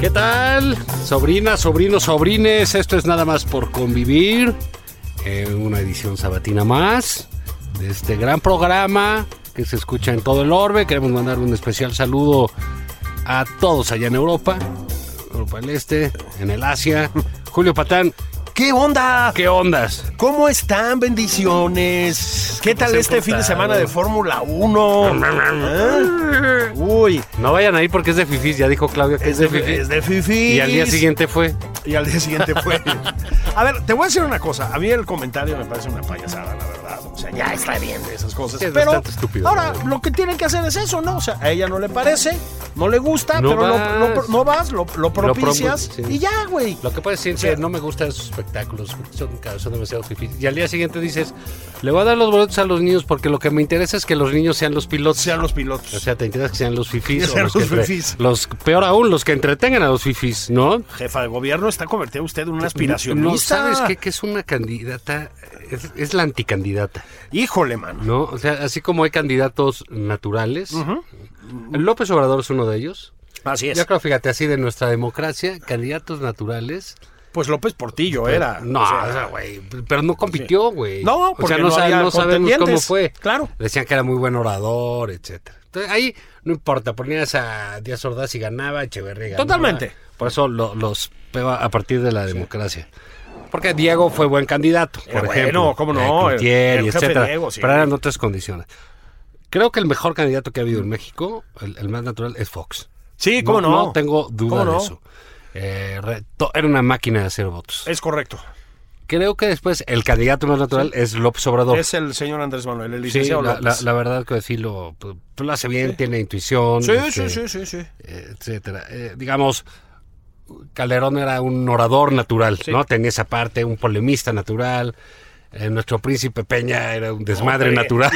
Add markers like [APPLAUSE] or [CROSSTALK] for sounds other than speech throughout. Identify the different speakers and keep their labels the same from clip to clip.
Speaker 1: ¿Qué tal? Sobrinas, sobrinos, sobrines, esto es nada más por convivir. Eh, una edición sabatina más de este gran programa que se escucha en todo el orbe. Queremos mandar un especial saludo a todos allá en Europa, Europa del Este, en el Asia. Julio Patán,
Speaker 2: ¿Qué onda?
Speaker 1: ¿qué ondas?
Speaker 2: ¿Cómo están? Bendiciones. ¿Qué tal este fin de semana de Fórmula 1? ¿Eh? Uy,
Speaker 1: No vayan ahí porque es de fifís, ya dijo Claudia que
Speaker 2: es
Speaker 1: es, de
Speaker 2: de,
Speaker 1: fifís.
Speaker 2: es de fifís.
Speaker 1: Y al día siguiente fue.
Speaker 2: Y al día siguiente fue. A ver, te voy a decir una cosa. A mí el comentario me parece una payasada, la verdad. O sea, ya está bien de esas cosas.
Speaker 1: [LAUGHS] Es
Speaker 2: pero
Speaker 1: bastante estúpido,
Speaker 2: ahora
Speaker 1: la
Speaker 2: lo que tienen que hacer es eso, ¿no? O sea, a ella no le parece, no le gusta,
Speaker 1: No
Speaker 2: pero lo-
Speaker 1: vas.
Speaker 2: Lo, pro- no vas, lo, lo
Speaker 1: promu-
Speaker 2: propicias
Speaker 1: sí.
Speaker 2: y ya, güey.
Speaker 1: Lo que puedes decir es que no me gustan esos espectáculos, son, son demasiado fifís. Y al día siguiente dices, le voy a dar los boletos a los niños porque lo que me interesa es que los niños sean los pilotos.
Speaker 2: Sean los pilotos.
Speaker 1: o sea, te interesa que sean los
Speaker 2: Que
Speaker 1: fifís. o
Speaker 2: sean
Speaker 1: que
Speaker 2: los
Speaker 1: entre-
Speaker 2: fifís.
Speaker 1: los- peor aún, los que entretengan a los fifís, ¿no?
Speaker 2: Jefa de gobierno está convertida usted en una aspiracionista.
Speaker 1: No sabes qué, que es una candidata, es, es la anticandidata,
Speaker 2: Híjole, man.
Speaker 1: ¿no? O sea, así como hay candidatos naturales, López Obrador es uno de ellos.
Speaker 2: Así es.
Speaker 1: Yo creo, fíjate, así de nuestra democracia, candidatos naturales
Speaker 2: Pues López Portillo era.
Speaker 1: No,
Speaker 2: o sea,
Speaker 1: o sea, güey, pero no compitió, güey.
Speaker 2: No, porque
Speaker 1: o sea,
Speaker 2: no
Speaker 1: sab-
Speaker 2: había
Speaker 1: sabemos cómo
Speaker 2: contendientes,
Speaker 1: fue.
Speaker 2: claro.
Speaker 1: Decían que era muy buen orador, etcétera. Entonces, ahí no importa, ponías a Díaz Ordaz y ganaba, Echeverría ganaba.
Speaker 2: Totalmente.
Speaker 1: Por eso lo- los peba a partir de la democracia. Porque Diego fue buen candidato,
Speaker 2: Era
Speaker 1: por
Speaker 2: bueno,
Speaker 1: ejemplo.
Speaker 2: cómo no,
Speaker 1: Eh, Cloutier
Speaker 2: el-
Speaker 1: y
Speaker 2: el jefe
Speaker 1: etcétera.
Speaker 2: Diego, sí.
Speaker 1: Pero eran otras condiciones. Creo que el mejor candidato que ha habido en México, el, el más natural, es Fox.
Speaker 2: Sí, cómo no.
Speaker 1: No tengo duda
Speaker 2: ¿Cómo no?
Speaker 1: de eso. Eh, re- to- era una máquina de hacer votos.
Speaker 2: Es correcto.
Speaker 1: Creo que después el candidato más natural es López Obrador.
Speaker 2: Es el señor Andrés Manuel, el
Speaker 1: sí,
Speaker 2: licenciado
Speaker 1: la, la-
Speaker 2: López.
Speaker 1: la verdad que sí lo, pues, lo hace bien, tiene intuición.
Speaker 2: Sí, sí,
Speaker 1: este,
Speaker 2: sí, sí, sí.
Speaker 1: eh, Etcétera. Eh, digamos, Calderón era un orador natural, ¿no? Tenía esa parte, un polemista natural. Eh, nuestro príncipe Peña era un desmadre
Speaker 2: Hombre,
Speaker 1: natural.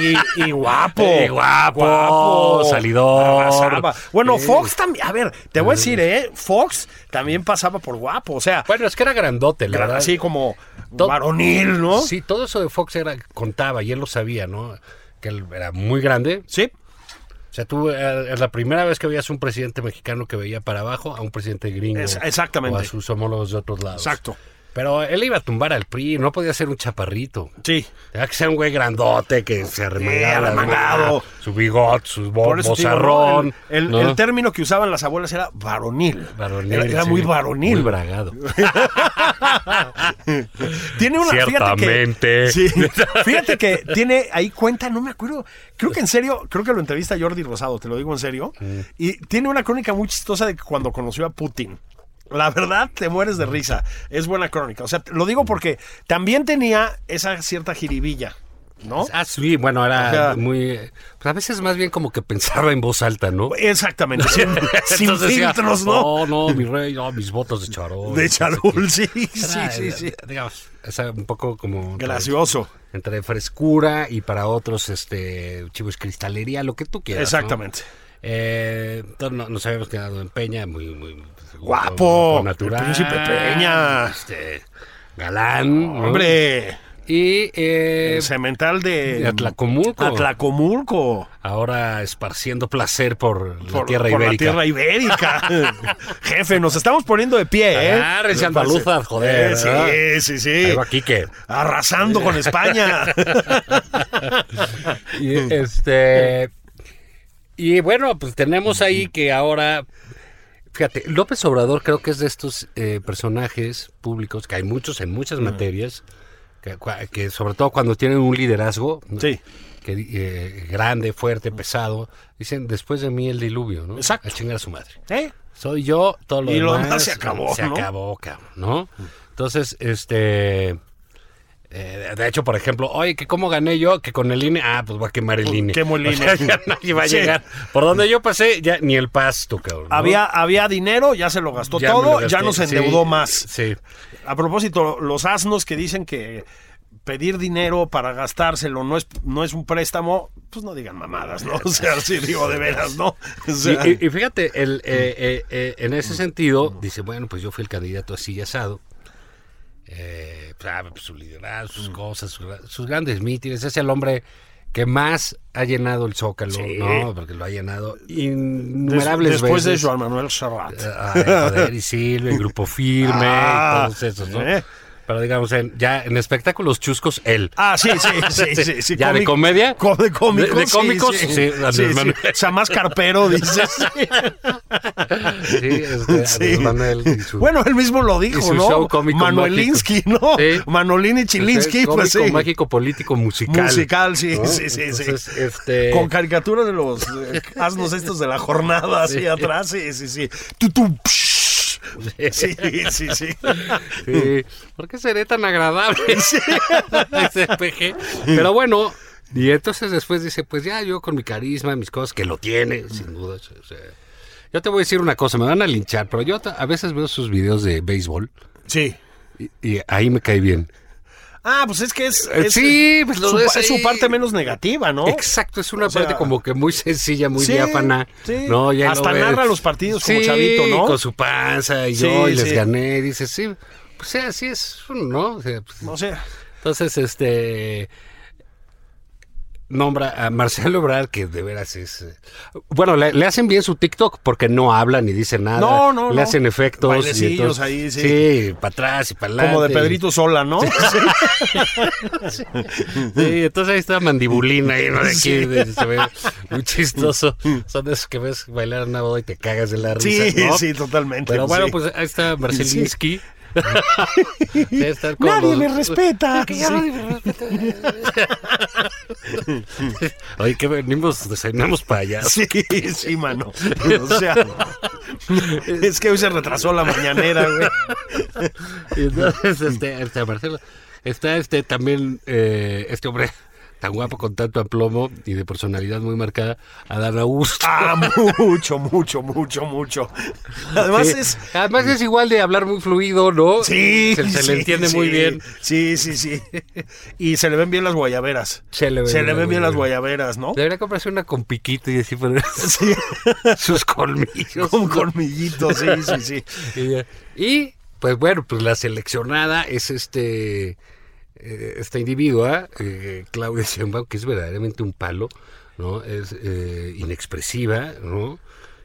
Speaker 2: Y, y- y
Speaker 1: [LAUGHS]
Speaker 2: guapo.
Speaker 1: Eh, guapo, salidor.
Speaker 2: Arrasaba. Bueno,
Speaker 1: Sí.
Speaker 2: Fox también. A ver, te voy a decir, ¿eh? Fox también pasaba por guapo. O sea,
Speaker 1: Bueno, es que era grandote, la verdad.
Speaker 2: así como
Speaker 1: To-
Speaker 2: varonil, ¿no?
Speaker 1: Sí, todo eso de Fox era, contaba y él lo sabía, ¿no? Que él era muy grande,
Speaker 2: Sí.
Speaker 1: O sea, tú eh, es la primera vez que veías un presidente mexicano que veía para abajo a un presidente gringo.
Speaker 2: Es- exactamente.
Speaker 1: O a sus homólogos de otros lados.
Speaker 2: Exacto.
Speaker 1: Pero él iba a tumbar al PRI, no podía ser un chaparrito.
Speaker 2: Sí.
Speaker 1: Tenía que ser un güey grandote que se arremangaba.
Speaker 2: arremangado.
Speaker 1: Su bigot, su bo-
Speaker 2: Por eso te digo, ¿no?
Speaker 1: bozarrón.
Speaker 2: el, el-
Speaker 1: ¿no?
Speaker 2: el término que usaban las abuelas era varonil.
Speaker 1: Varonil,
Speaker 2: era era
Speaker 1: sí.
Speaker 2: muy varonil. [LAUGHS]
Speaker 1: Muy bragado.
Speaker 2: Tiene una Fíjate
Speaker 1: Ciertamente. [LAUGHS]
Speaker 2: que, sí, fíjate que tiene ahí cuenta, no me acuerdo. Creo que en serio, creo que lo entrevista Jordi Rosado, te lo digo en serio.
Speaker 1: Mm.
Speaker 2: Y tiene una crónica muy chistosa de cuando conoció a Putin. La verdad, te mueres de risa. Es buena crónica. O sea, lo digo porque también tenía esa cierta jiribilla, ¿no?
Speaker 1: Ah, sí, bueno, era
Speaker 2: O sea-
Speaker 1: muy... eh, pues a veces más bien como que pensaba en voz alta, ¿no?
Speaker 2: Exactamente.
Speaker 1: [LAUGHS]
Speaker 2: Sin, [LAUGHS] sin
Speaker 1: Entonces decía, "Oh,
Speaker 2: filtros, ¿no?
Speaker 1: No, no, mi rey, no, mis votos de charol.
Speaker 2: De charul, sí, sí,
Speaker 1: Era,
Speaker 2: sí,
Speaker 1: eh,
Speaker 2: sí.
Speaker 1: Digamos, es un poco como...
Speaker 2: Gracioso.
Speaker 1: entre frescura y para otros este chivos cristalería, lo que tú quieras. ¿no?
Speaker 2: Exactamente.
Speaker 1: Eh, entonces no- nos habíamos quedado en Peña, muy, muy
Speaker 2: Guapo,
Speaker 1: natural,
Speaker 2: el príncipe Peña.
Speaker 1: este, galán, ¿no?
Speaker 2: Hombre.
Speaker 1: Y eh,
Speaker 2: El cemental de,
Speaker 1: de Atlacomulco.
Speaker 2: Atlacomulco.
Speaker 1: ahora esparciendo placer por, la
Speaker 2: Por-
Speaker 1: tierra
Speaker 2: por
Speaker 1: ibérica.
Speaker 2: la tierra
Speaker 1: [LAUGHS]
Speaker 2: ibérica. Jefe, nos estamos poniendo de pie, ¿eh?
Speaker 1: Agárrense, Andaluza, joder,
Speaker 2: Eh,
Speaker 1: ¿verdad?
Speaker 2: sí, sí,
Speaker 1: Ahí
Speaker 2: sí.
Speaker 1: va Quique.
Speaker 2: Arrasando con España.
Speaker 1: [LAUGHS] Y, este, y bueno, pues tenemos ahí que ahora. Fíjate, López Obrador creo que es de estos eh, personajes públicos, que hay muchos en muchas materias, que, cua- que sobre todo cuando tienen un liderazgo ¿no?
Speaker 2: Sí.
Speaker 1: que, eh, grande, fuerte, pesado, dicen después de mí el diluvio, ¿no?
Speaker 2: Exacto.
Speaker 1: A chingar a su madre.
Speaker 2: ¿Eh?
Speaker 1: Soy yo, todo lo
Speaker 2: Y lo
Speaker 1: demás.
Speaker 2: demás se acabó,
Speaker 1: Se
Speaker 2: ¿no?
Speaker 1: acabó, cabrón, ¿no? Entonces, este. eh, de hecho, por ejemplo, oye, que cómo gané yo, que con el INE, ah, pues va a quemar el INE.
Speaker 2: quemo el
Speaker 1: [LAUGHS] O sea,
Speaker 2: INE.
Speaker 1: ya nadie va a
Speaker 2: Sí.
Speaker 1: llegar. Por donde yo pasé, ya ni el pasto, cabrón. ¿no?
Speaker 2: Había, había dinero, ya se lo gastó
Speaker 1: Ya me
Speaker 2: todo,
Speaker 1: lo gasté.
Speaker 2: ya nos
Speaker 1: Sí,
Speaker 2: endeudó más.
Speaker 1: Sí.
Speaker 2: A propósito, los asnos que dicen que pedir dinero para gastárselo no es, no es un préstamo, pues no digan mamadas, ¿no? [LAUGHS] O sea, sí digo de veras, ¿no? O
Speaker 1: Y,
Speaker 2: sea,
Speaker 1: y- y fíjate, el, eh, eh, eh, en ese sentido, dice, bueno, pues yo fui el candidato así y asado. Eh, pues, ah, pues, su liderazgo,
Speaker 2: Mm.
Speaker 1: sus cosas, sus, gra- sus grandes mítines. Es el hombre que más ha llenado el Zócalo, ¿no? Porque lo ha llenado innumerables
Speaker 2: des- después de
Speaker 1: veces. Eh.
Speaker 2: Joan Manuel Serrat.
Speaker 1: Ay, joder, y Silvia, y Grupo Firme,
Speaker 2: [LAUGHS] Ah,
Speaker 1: y todos esos, ¿no?
Speaker 2: ¿eh?
Speaker 1: Pero digamos, en- ya en espectáculos chuscos, él.
Speaker 2: Ah, sí, sí,
Speaker 1: [LAUGHS]
Speaker 2: sí, sí. sí, sí,
Speaker 1: ¿Ya de
Speaker 2: cómic-
Speaker 1: comedia?
Speaker 2: co- de cómicos.
Speaker 1: ¿De- de cómicos?
Speaker 2: Sí,
Speaker 1: Sí,
Speaker 2: sí.
Speaker 1: Andrés
Speaker 2: sí, sí.
Speaker 1: Manuel.
Speaker 2: O sea, más carpero, dices.
Speaker 1: Sí, [LAUGHS] este,
Speaker 2: Ah, [LAUGHS] Sí.
Speaker 1: Manuel y su-
Speaker 2: Bueno, él mismo lo dijo,
Speaker 1: Y su
Speaker 2: ¿no?
Speaker 1: show cómico
Speaker 2: Manuelinsky,
Speaker 1: mágico.
Speaker 2: ¿no?
Speaker 1: Sí.
Speaker 2: Manolini Chilinsky,
Speaker 1: Cómico,
Speaker 2: pues sí.
Speaker 1: mágico, político, musical.
Speaker 2: Musical, sí,
Speaker 1: ¿no?
Speaker 2: sí, sí, sí.
Speaker 1: Entonces, este,
Speaker 2: Con caricaturas de los eh, asnos estos de la jornada así atrás, sí, sí, sí. Tu, tu, psh. Sí, sí, sí.
Speaker 1: sí. ¿Por qué seré tan agradable [LAUGHS] ese peje? Pero bueno, y entonces después dice, pues ya yo con mi carisma, mis cosas, que lo tiene, sin duda. o sea, yo te voy a decir una cosa, me van a linchar, pero yo ta- a veces veo sus videos de béisbol
Speaker 2: Sí.
Speaker 1: y, y ahí me cae bien.
Speaker 2: Ah, pues es que es,
Speaker 1: Eh,
Speaker 2: es-
Speaker 1: sí, pues lo
Speaker 2: su,
Speaker 1: ves
Speaker 2: pa- es su
Speaker 1: ahí.
Speaker 2: parte menos negativa, ¿no?
Speaker 1: Exacto, es una
Speaker 2: sea,
Speaker 1: parte como que muy sencilla, muy
Speaker 2: sí,
Speaker 1: diáfana.
Speaker 2: sí.
Speaker 1: No, ya
Speaker 2: Hasta
Speaker 1: lo ves.
Speaker 2: narra los partidos como
Speaker 1: Sí,
Speaker 2: chavito, ¿no?
Speaker 1: con su panza y
Speaker 2: Sí,
Speaker 1: yo, y les
Speaker 2: sí.
Speaker 1: gané. Y dices, sí, pues sí, así es uno, ¿no? O sea, pues,
Speaker 2: No sé.
Speaker 1: Entonces, este... Nombra a Marcelo Ebrard, que de veras es... eh, Bueno, le, le hacen bien su TikTok porque no habla ni dice nada.
Speaker 2: No, no,
Speaker 1: Le
Speaker 2: no.
Speaker 1: hacen efectos. y
Speaker 2: Bailecillos
Speaker 1: entonces-
Speaker 2: ahí, sí.
Speaker 1: Sí, para atrás y para adelante.
Speaker 2: Como de Pedrito Sola, ¿no?
Speaker 1: Sí, entonces ahí está mandibulina ahí, ¿no? De aquí,
Speaker 2: Sí.
Speaker 1: de- se ve muy chistoso. Son de esos que ves bailar una boda y te cagas de la risa.
Speaker 2: Sí,
Speaker 1: ¿no?
Speaker 2: sí, totalmente.
Speaker 1: Pero bueno,
Speaker 2: sí.
Speaker 1: pues ahí está Marcelinsky. [LAUGHS] Debe estar con
Speaker 2: Nadie
Speaker 1: los- pues,
Speaker 2: me respeta. Sí.
Speaker 1: [LAUGHS] Oye, que venimos, desayunamos payas.
Speaker 2: Sí, sí, mano. O sea, es que hoy se retrasó la mañanera, güey.
Speaker 1: Y entonces, este, este, Marcelo, está este también, eh, este hombre tan guapo, con tanto aplomo y de personalidad muy marcada, Adán Augusto.
Speaker 2: Ah, mucho, mucho, mucho, mucho. Además
Speaker 1: Sí.
Speaker 2: es...
Speaker 1: Además es igual de hablar muy fluido, ¿no?
Speaker 2: Sí,
Speaker 1: [LAUGHS] Se, se
Speaker 2: sí,
Speaker 1: le entiende
Speaker 2: sí,
Speaker 1: muy bien.
Speaker 2: Sí, sí, sí. Y se le ven bien las guayaberas.
Speaker 1: Se le ven bien las
Speaker 2: ven bien las guayaberas, ¿no?
Speaker 1: Debería comprarse una con piquito y decir pero
Speaker 2: [LAUGHS] Sí,
Speaker 1: [LAUGHS] sus colmillos.
Speaker 2: con colmillitos, sí, sí, sí.
Speaker 1: Y, ya. Y, pues bueno, pues la seleccionada es este eh, esta individua, eh, Claudia Sheinbaum, que es verdaderamente un palo, ¿no? Es eh, inexpresiva, ¿no?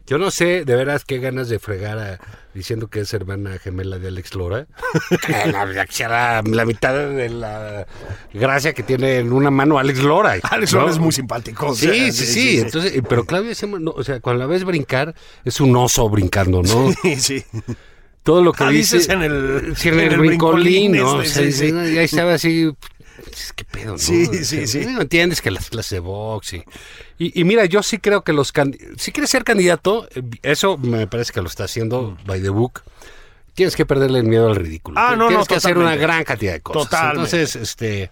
Speaker 1: Yo no sé, de veras, qué ganas de fregar a- diciendo que es hermana gemela de Alex Lora. [LAUGHS] Que la, la- la mitad de la gracia que tiene en una mano Alex Lora.
Speaker 2: Alex
Speaker 1: ¿no?
Speaker 2: Lora es muy simpático. o
Speaker 1: Sí,
Speaker 2: sea,
Speaker 1: sí, sí, Entonces, eh, pero Claudia Sheinbaum, no, o sea, cuando la ves brincar, es un oso brincando, ¿no?
Speaker 2: Sí, sí.
Speaker 1: Todo lo que
Speaker 2: Ah,
Speaker 1: dice,
Speaker 2: dices en el-
Speaker 1: sí,
Speaker 2: en
Speaker 1: en el
Speaker 2: el
Speaker 1: brincolín,
Speaker 2: brincolín,
Speaker 1: ¿no?
Speaker 2: este,
Speaker 1: O sea,
Speaker 2: sí,
Speaker 1: dice,
Speaker 2: sí.
Speaker 1: "No, ya estaba así, es que pedo, ¿no?
Speaker 2: Sí,
Speaker 1: O sea,
Speaker 2: sí, sí.
Speaker 1: No entiendes que las clases de box y, y, y mira, yo sí creo que los can- si quieres ser candidato, eh, eso me parece que lo está haciendo by the book. Tienes que perderle el miedo al ridículo.
Speaker 2: Mm. Ah,
Speaker 1: Tien-
Speaker 2: no,
Speaker 1: Tienes
Speaker 2: no,
Speaker 1: que hacer una
Speaker 2: totalmente.
Speaker 1: gran cantidad de cosas.
Speaker 2: Totalmente.
Speaker 1: Entonces, este,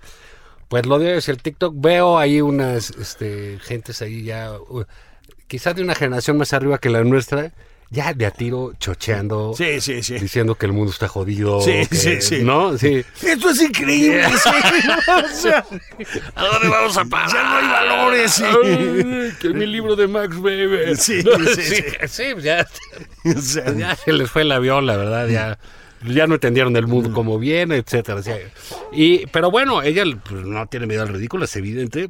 Speaker 1: pues lo de es el TikTok. Veo ahí unas este, gentes ahí ya, uh, quizás de una generación más arriba que la nuestra, ya de a tiro chocheando,
Speaker 2: Sí, sí, sí.
Speaker 1: [LAUGHS] diciendo que el mundo está jodido.
Speaker 2: Sí,
Speaker 1: que-
Speaker 2: sí, sí.
Speaker 1: ¿No? Sí.
Speaker 2: Esto es
Speaker 1: [LAUGHS]
Speaker 2: increíble. sí. O sea,
Speaker 1: ¿A dónde vamos a parar?
Speaker 2: Ya no hay valores, sí.
Speaker 1: que mi libro de Max
Speaker 2: [LAUGHS]
Speaker 1: Weber.
Speaker 2: Sí,
Speaker 1: No,
Speaker 2: sí,
Speaker 1: sí, sí, ya,
Speaker 2: o sea,
Speaker 1: ya se les fue el avión, la verdad, ya. ya no entendieron el mundo como viene, etcétera. O sea, y, pero bueno, ella pues, no tiene miedo al ridículo, es evidente.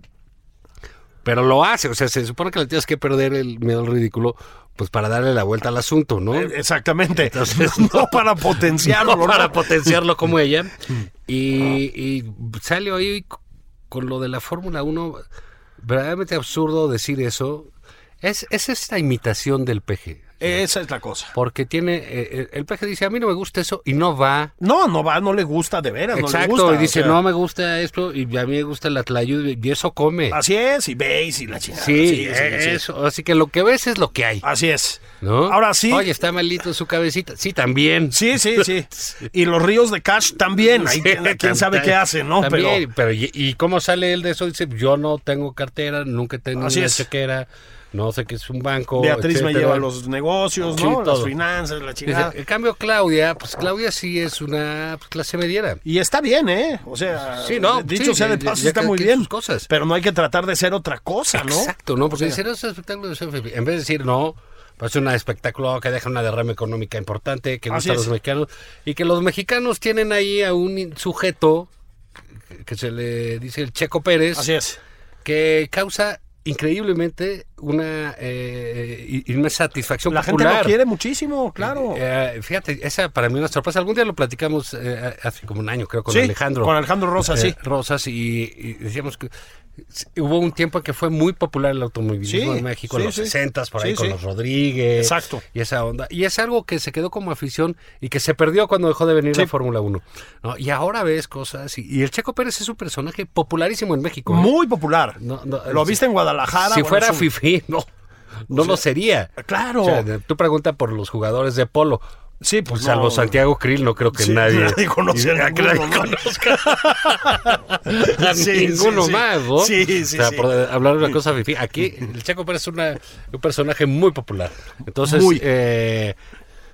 Speaker 1: Pero lo hace, o sea, se supone que le tienes que perder el miedo al ridículo, pues para darle la vuelta al asunto, ¿no?
Speaker 2: Eh, Exactamente.
Speaker 1: Entonces,
Speaker 2: [LAUGHS] no, para potenciarlo.
Speaker 1: No,
Speaker 2: ¿no?
Speaker 1: para potenciarlo como
Speaker 2: [LAUGHS]
Speaker 1: ella. Y, y salió ahí c- con lo de la Fórmula 1. Verdaderamente absurdo decir eso. Es, es esta imitación del peje.
Speaker 2: Esa es la cosa.
Speaker 1: Porque tiene. eh, eh, el peje dice: A mí no me gusta eso y no va.
Speaker 2: No, no va, no le gusta de veras.
Speaker 1: Exacto.
Speaker 2: no le gusta,
Speaker 1: y dice:
Speaker 2: o sea,
Speaker 1: No me gusta esto y a mí me gusta la tlayud y eso come.
Speaker 2: Así es, y veis y la chingada.
Speaker 1: sí,
Speaker 2: sí, sí,
Speaker 1: eh,
Speaker 2: sí.
Speaker 1: eso. Así que lo que ves es lo que hay.
Speaker 2: Así es.
Speaker 1: ¿no?
Speaker 2: Ahora sí.
Speaker 1: Oye, está malito su cabecita. Sí, también.
Speaker 2: Sí, sí,
Speaker 1: [LAUGHS]
Speaker 2: sí. Y los ríos de Cash también. Ahí
Speaker 1: Sí,
Speaker 2: quién- quién
Speaker 1: tam-
Speaker 2: sabe
Speaker 1: tam-
Speaker 2: qué hace, ¿no?
Speaker 1: también, pero, ¿y, y cómo sale él de eso? Dice, yo no tengo cartera, nunca he tenido
Speaker 2: Así
Speaker 1: una
Speaker 2: es.
Speaker 1: chequera, no sé qué es un banco.
Speaker 2: Pero Beatriz me
Speaker 1: etcétera".
Speaker 2: lleva los Ah. negocios,
Speaker 1: Sí,
Speaker 2: ¿no? Las
Speaker 1: todo.
Speaker 2: finanzas, la
Speaker 1: Dice,
Speaker 2: chingada.
Speaker 1: en cambio, Claudia, pues Claudia sí es una pues, clase mediana.
Speaker 2: Y está bien, ¿eh? O sea,
Speaker 1: Sí, no,
Speaker 2: dicho
Speaker 1: sí,
Speaker 2: sea de
Speaker 1: ya-
Speaker 2: paso,
Speaker 1: ya
Speaker 2: está
Speaker 1: cada
Speaker 2: muy
Speaker 1: quien
Speaker 2: bien.
Speaker 1: sus cosas.
Speaker 2: Pero no hay que tratar de ser otra cosa, ¿no?
Speaker 1: Exacto, ¿no? Porque dicen, "Es un espectáculo de surf". En vez de decir, no, pues es un espectáculo que deja una derrama económica importante, que
Speaker 2: Así
Speaker 1: gusta a los
Speaker 2: es.
Speaker 1: mexicanos, y que los mexicanos tienen ahí a un sujeto que- que se le dice el Checo Pérez.
Speaker 2: Así es.
Speaker 1: que causa increíblemente una eh, i- inmensa satisfacción
Speaker 2: La gente
Speaker 1: popular.
Speaker 2: lo quiere muchísimo, claro.
Speaker 1: Eh, fíjate, esa para mí es una sorpresa. Algún día lo platicamos eh, hace como un año, creo, con
Speaker 2: Sí,
Speaker 1: Alejandro.
Speaker 2: Con Alejandro Rosa, sí.
Speaker 1: Eh, Rosas y, y decíamos que s- hubo un tiempo en que fue muy popular el automovilismo
Speaker 2: Sí,
Speaker 1: en México,
Speaker 2: sí,
Speaker 1: en los
Speaker 2: sí.
Speaker 1: 60s, por ahí
Speaker 2: Sí,
Speaker 1: con
Speaker 2: sí.
Speaker 1: los Rodríguez.
Speaker 2: Exacto.
Speaker 1: Y esa onda. Y es algo que se quedó como afición y que se perdió cuando dejó de venir
Speaker 2: Sí.
Speaker 1: la Fórmula 1. ¿no? Y ahora ves cosas. Y, y el Checo Pérez es un personaje popularísimo en México. ¿eh?
Speaker 2: Muy popular.
Speaker 1: No, no,
Speaker 2: lo
Speaker 1: si-
Speaker 2: viste en Guadalajara.
Speaker 1: si
Speaker 2: bueno,
Speaker 1: fuera
Speaker 2: es un-
Speaker 1: Fifi, [LAUGHS] no. No lo sería.
Speaker 2: Claro.
Speaker 1: O sea, de- tú preguntas por los jugadores de polo.
Speaker 2: Sí, pues, no.
Speaker 1: salvo Santiago Krill, no creo que
Speaker 2: Sí,
Speaker 1: [LAUGHS] nadie.
Speaker 2: nadie conoce a
Speaker 1: que nadie
Speaker 2: ninguno, ¿no?
Speaker 1: [LAUGHS] conozca. A
Speaker 2: [LAUGHS] Sí, sí,
Speaker 1: ninguno
Speaker 2: sí.
Speaker 1: más, ¿no?
Speaker 2: Sí, sí,
Speaker 1: O sea,
Speaker 2: sí.
Speaker 1: por eh, hablar de una cosa fifi. Aquí el Chaco Pérez es una- un personaje muy popular. Entonces,
Speaker 2: Muy.
Speaker 1: eh,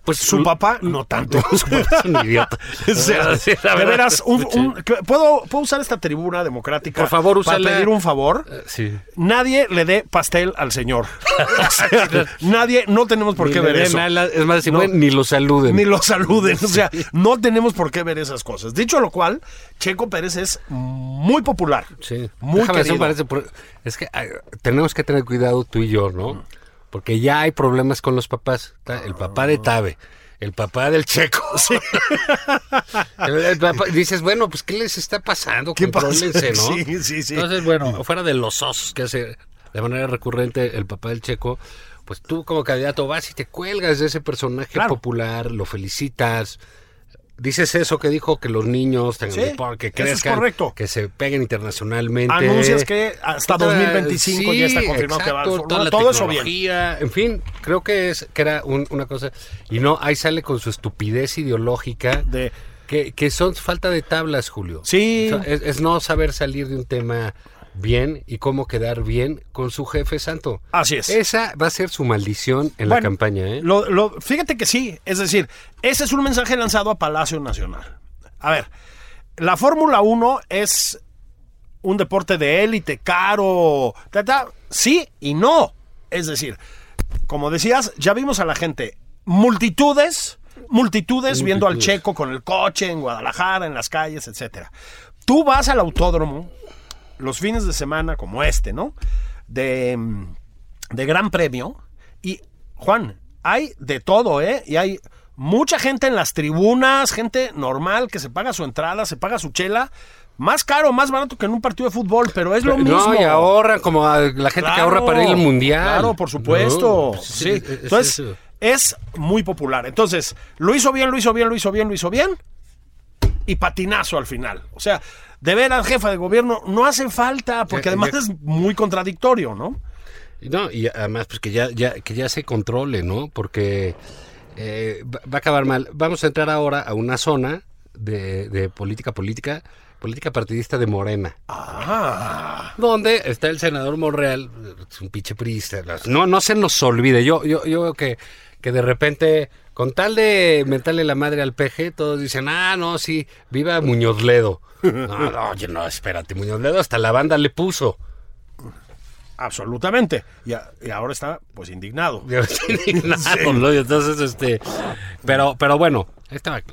Speaker 1: pues
Speaker 2: Su papá, no
Speaker 1: [LAUGHS]
Speaker 2: tanto.
Speaker 1: es un idiota.
Speaker 2: [LAUGHS] [LAUGHS] O sea,
Speaker 1: [LAUGHS] Sí, la
Speaker 2: de
Speaker 1: verdad.
Speaker 2: veras, un-
Speaker 1: Sí.
Speaker 2: un- que- ¿puedo, ¿puedo usar esta tribuna democrática
Speaker 1: Por favor, úsala.
Speaker 2: para pedir un favor?
Speaker 1: Eh, Sí.
Speaker 2: Nadie le dé pastel al
Speaker 1: [LAUGHS]
Speaker 2: señor. O sea, nadie, no tenemos por
Speaker 1: Ni
Speaker 2: qué
Speaker 1: le
Speaker 2: ver
Speaker 1: den
Speaker 2: eso.
Speaker 1: ala- es más, si
Speaker 2: No.
Speaker 1: pueden, ni lo saluden.
Speaker 2: Ni lo saluden. O sea, no tenemos por qué ver esas cosas. Dicho lo cual, Checo Pérez es muy popular.
Speaker 1: Sí.
Speaker 2: Muy
Speaker 1: Déjame hacer un
Speaker 2: querido.
Speaker 1: paréntesis, por- Es que ay, tenemos que tener cuidado tú y yo, ¿no? Porque ya hay problemas con los papás. Ta- El papá de Tabe, el papá del Checo. [LAUGHS] El- el papá- dices, bueno, pues ¿qué les está pasando?
Speaker 2: ¿Qué pasa?
Speaker 1: Contrólense, ¿no?
Speaker 2: Sí, sí, sí.
Speaker 1: Entonces, bueno, fuera de los osos que hace de manera recurrente el papá del Checo, pues tú como candidato vas y te cuelgas de ese personaje
Speaker 2: Claro.
Speaker 1: popular, lo felicitas. Dices eso que dijo que los niños tengan
Speaker 2: Sí,
Speaker 1: deporte, que
Speaker 2: eso es
Speaker 1: crezcan,
Speaker 2: correcto.
Speaker 1: que se peguen internacionalmente.
Speaker 2: Anuncias que hasta
Speaker 1: Toda-
Speaker 2: 2025 ya está
Speaker 1: sí,
Speaker 2: confirmado que va a
Speaker 1: exacto,
Speaker 2: formar.
Speaker 1: toda la
Speaker 2: Todo eso bien.
Speaker 1: tecnología, En fin, creo que es que era un- una cosa. Y no, ahí sale con su estupidez ideológica.
Speaker 2: De-
Speaker 1: que, que son falta de tablas, Julio.
Speaker 2: Sí.
Speaker 1: O sea, Es, es no saber salir de un tema bien y cómo quedar bien con su jefe santo.
Speaker 2: Así es.
Speaker 1: Esa va a ser su maldición en la
Speaker 2: Bueno,
Speaker 1: campaña, ¿eh?
Speaker 2: lo- lo- fíjate que sí, es decir, ese es un mensaje lanzado a Palacio Nacional. A ver, la Fórmula 1 es un deporte de élite, caro, ta, ta, sí y no. Es decir, como decías, ya vimos a la gente, multitudes, multitudes viendo al
Speaker 1: Multitudes.
Speaker 2: checo con el coche en Guadalajara, en las calles, etcétera. Tú vas al autódromo los fines de semana como este, ¿no? De, mm, de gran premio. Y, Juan, hay de todo, ¿eh? Y hay mucha gente en las tribunas, gente normal que se paga su entrada, se paga su chela. Más caro, más barato que en un partido de fútbol, pero es lo mismo.
Speaker 1: No, y ahorran como a la gente que
Speaker 2: Claro,
Speaker 1: ahorra para ir al mundial.
Speaker 2: Claro, por supuesto.
Speaker 1: No, pues,
Speaker 2: sí.
Speaker 1: es- es
Speaker 2: Entonces,
Speaker 1: eso.
Speaker 2: es muy popular. Entonces, lo hizo bien, lo hizo bien, lo hizo bien, lo hizo bien. Y patinazo al final. O sea, de ver al jefa de gobierno no hace falta, porque
Speaker 1: Ya- Eh, ya-
Speaker 2: además es muy contradictorio, ¿no?
Speaker 1: No, y además, pues que ya, ya, que ya se controle, ¿no? Porque eh, va va a acabar mal. Vamos a entrar ahora a una zona de, de política política, política partidista de Morena,
Speaker 2: Ah,
Speaker 1: donde está el senador Monreal, es un pinche priista. las- No, no se nos olvide. Yo, yo, yo veo que, que de repente, con tal de mentarle la madre al peje, todos dicen, ah, no, sí, viva Muñoz Ledo. No, no, oye, no, espérate, Muñoz Ledo hasta la banda le puso.
Speaker 2: absolutamente. Y, a- y ahora está, pues, indignado.
Speaker 1: [LAUGHS] Yo estoy indignado, ¿no? Y Entonces, este. Pero, pero bueno, Ahí estaba eh,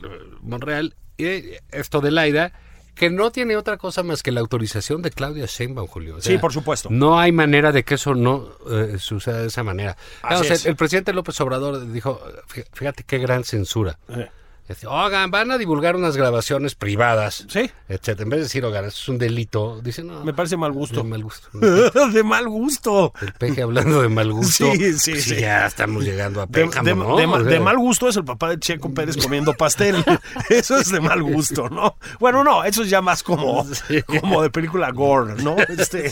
Speaker 1: Monreal. Y esto de Laida, que no tiene otra cosa más que la autorización de Claudia Sheinbaum, Julio. O sea,
Speaker 2: Sí, por supuesto.
Speaker 1: No hay manera de que eso no eh, suceda de esa manera.
Speaker 2: Así
Speaker 1: O sea,
Speaker 2: es.
Speaker 1: El presidente López Obrador dijo, fí- fíjate qué gran censura. Dice, Oigan, van a divulgar unas grabaciones privadas.
Speaker 2: Sí.
Speaker 1: Etcétera. En vez de decir, oigan, eso es un delito. Dice, no.
Speaker 2: Me parece mal gusto. [LAUGHS]
Speaker 1: de mal gusto.
Speaker 2: de mal gusto.
Speaker 1: El peje hablando
Speaker 2: [LAUGHS]
Speaker 1: de mal gusto.
Speaker 2: Sí, sí,
Speaker 1: Pues
Speaker 2: sí.
Speaker 1: Ya estamos llegando a
Speaker 2: De,
Speaker 1: Pénjamo,
Speaker 2: de-
Speaker 1: ¿no?
Speaker 2: de ma-
Speaker 1: O sea,
Speaker 2: de mal gusto es el papá de Checo Pérez comiendo pastel. [LAUGHS] Eso es de mal gusto, ¿no? Bueno, no, eso es ya más como,
Speaker 1: Sí.
Speaker 2: como de película gore, ¿no?
Speaker 1: [LAUGHS]
Speaker 2: Este,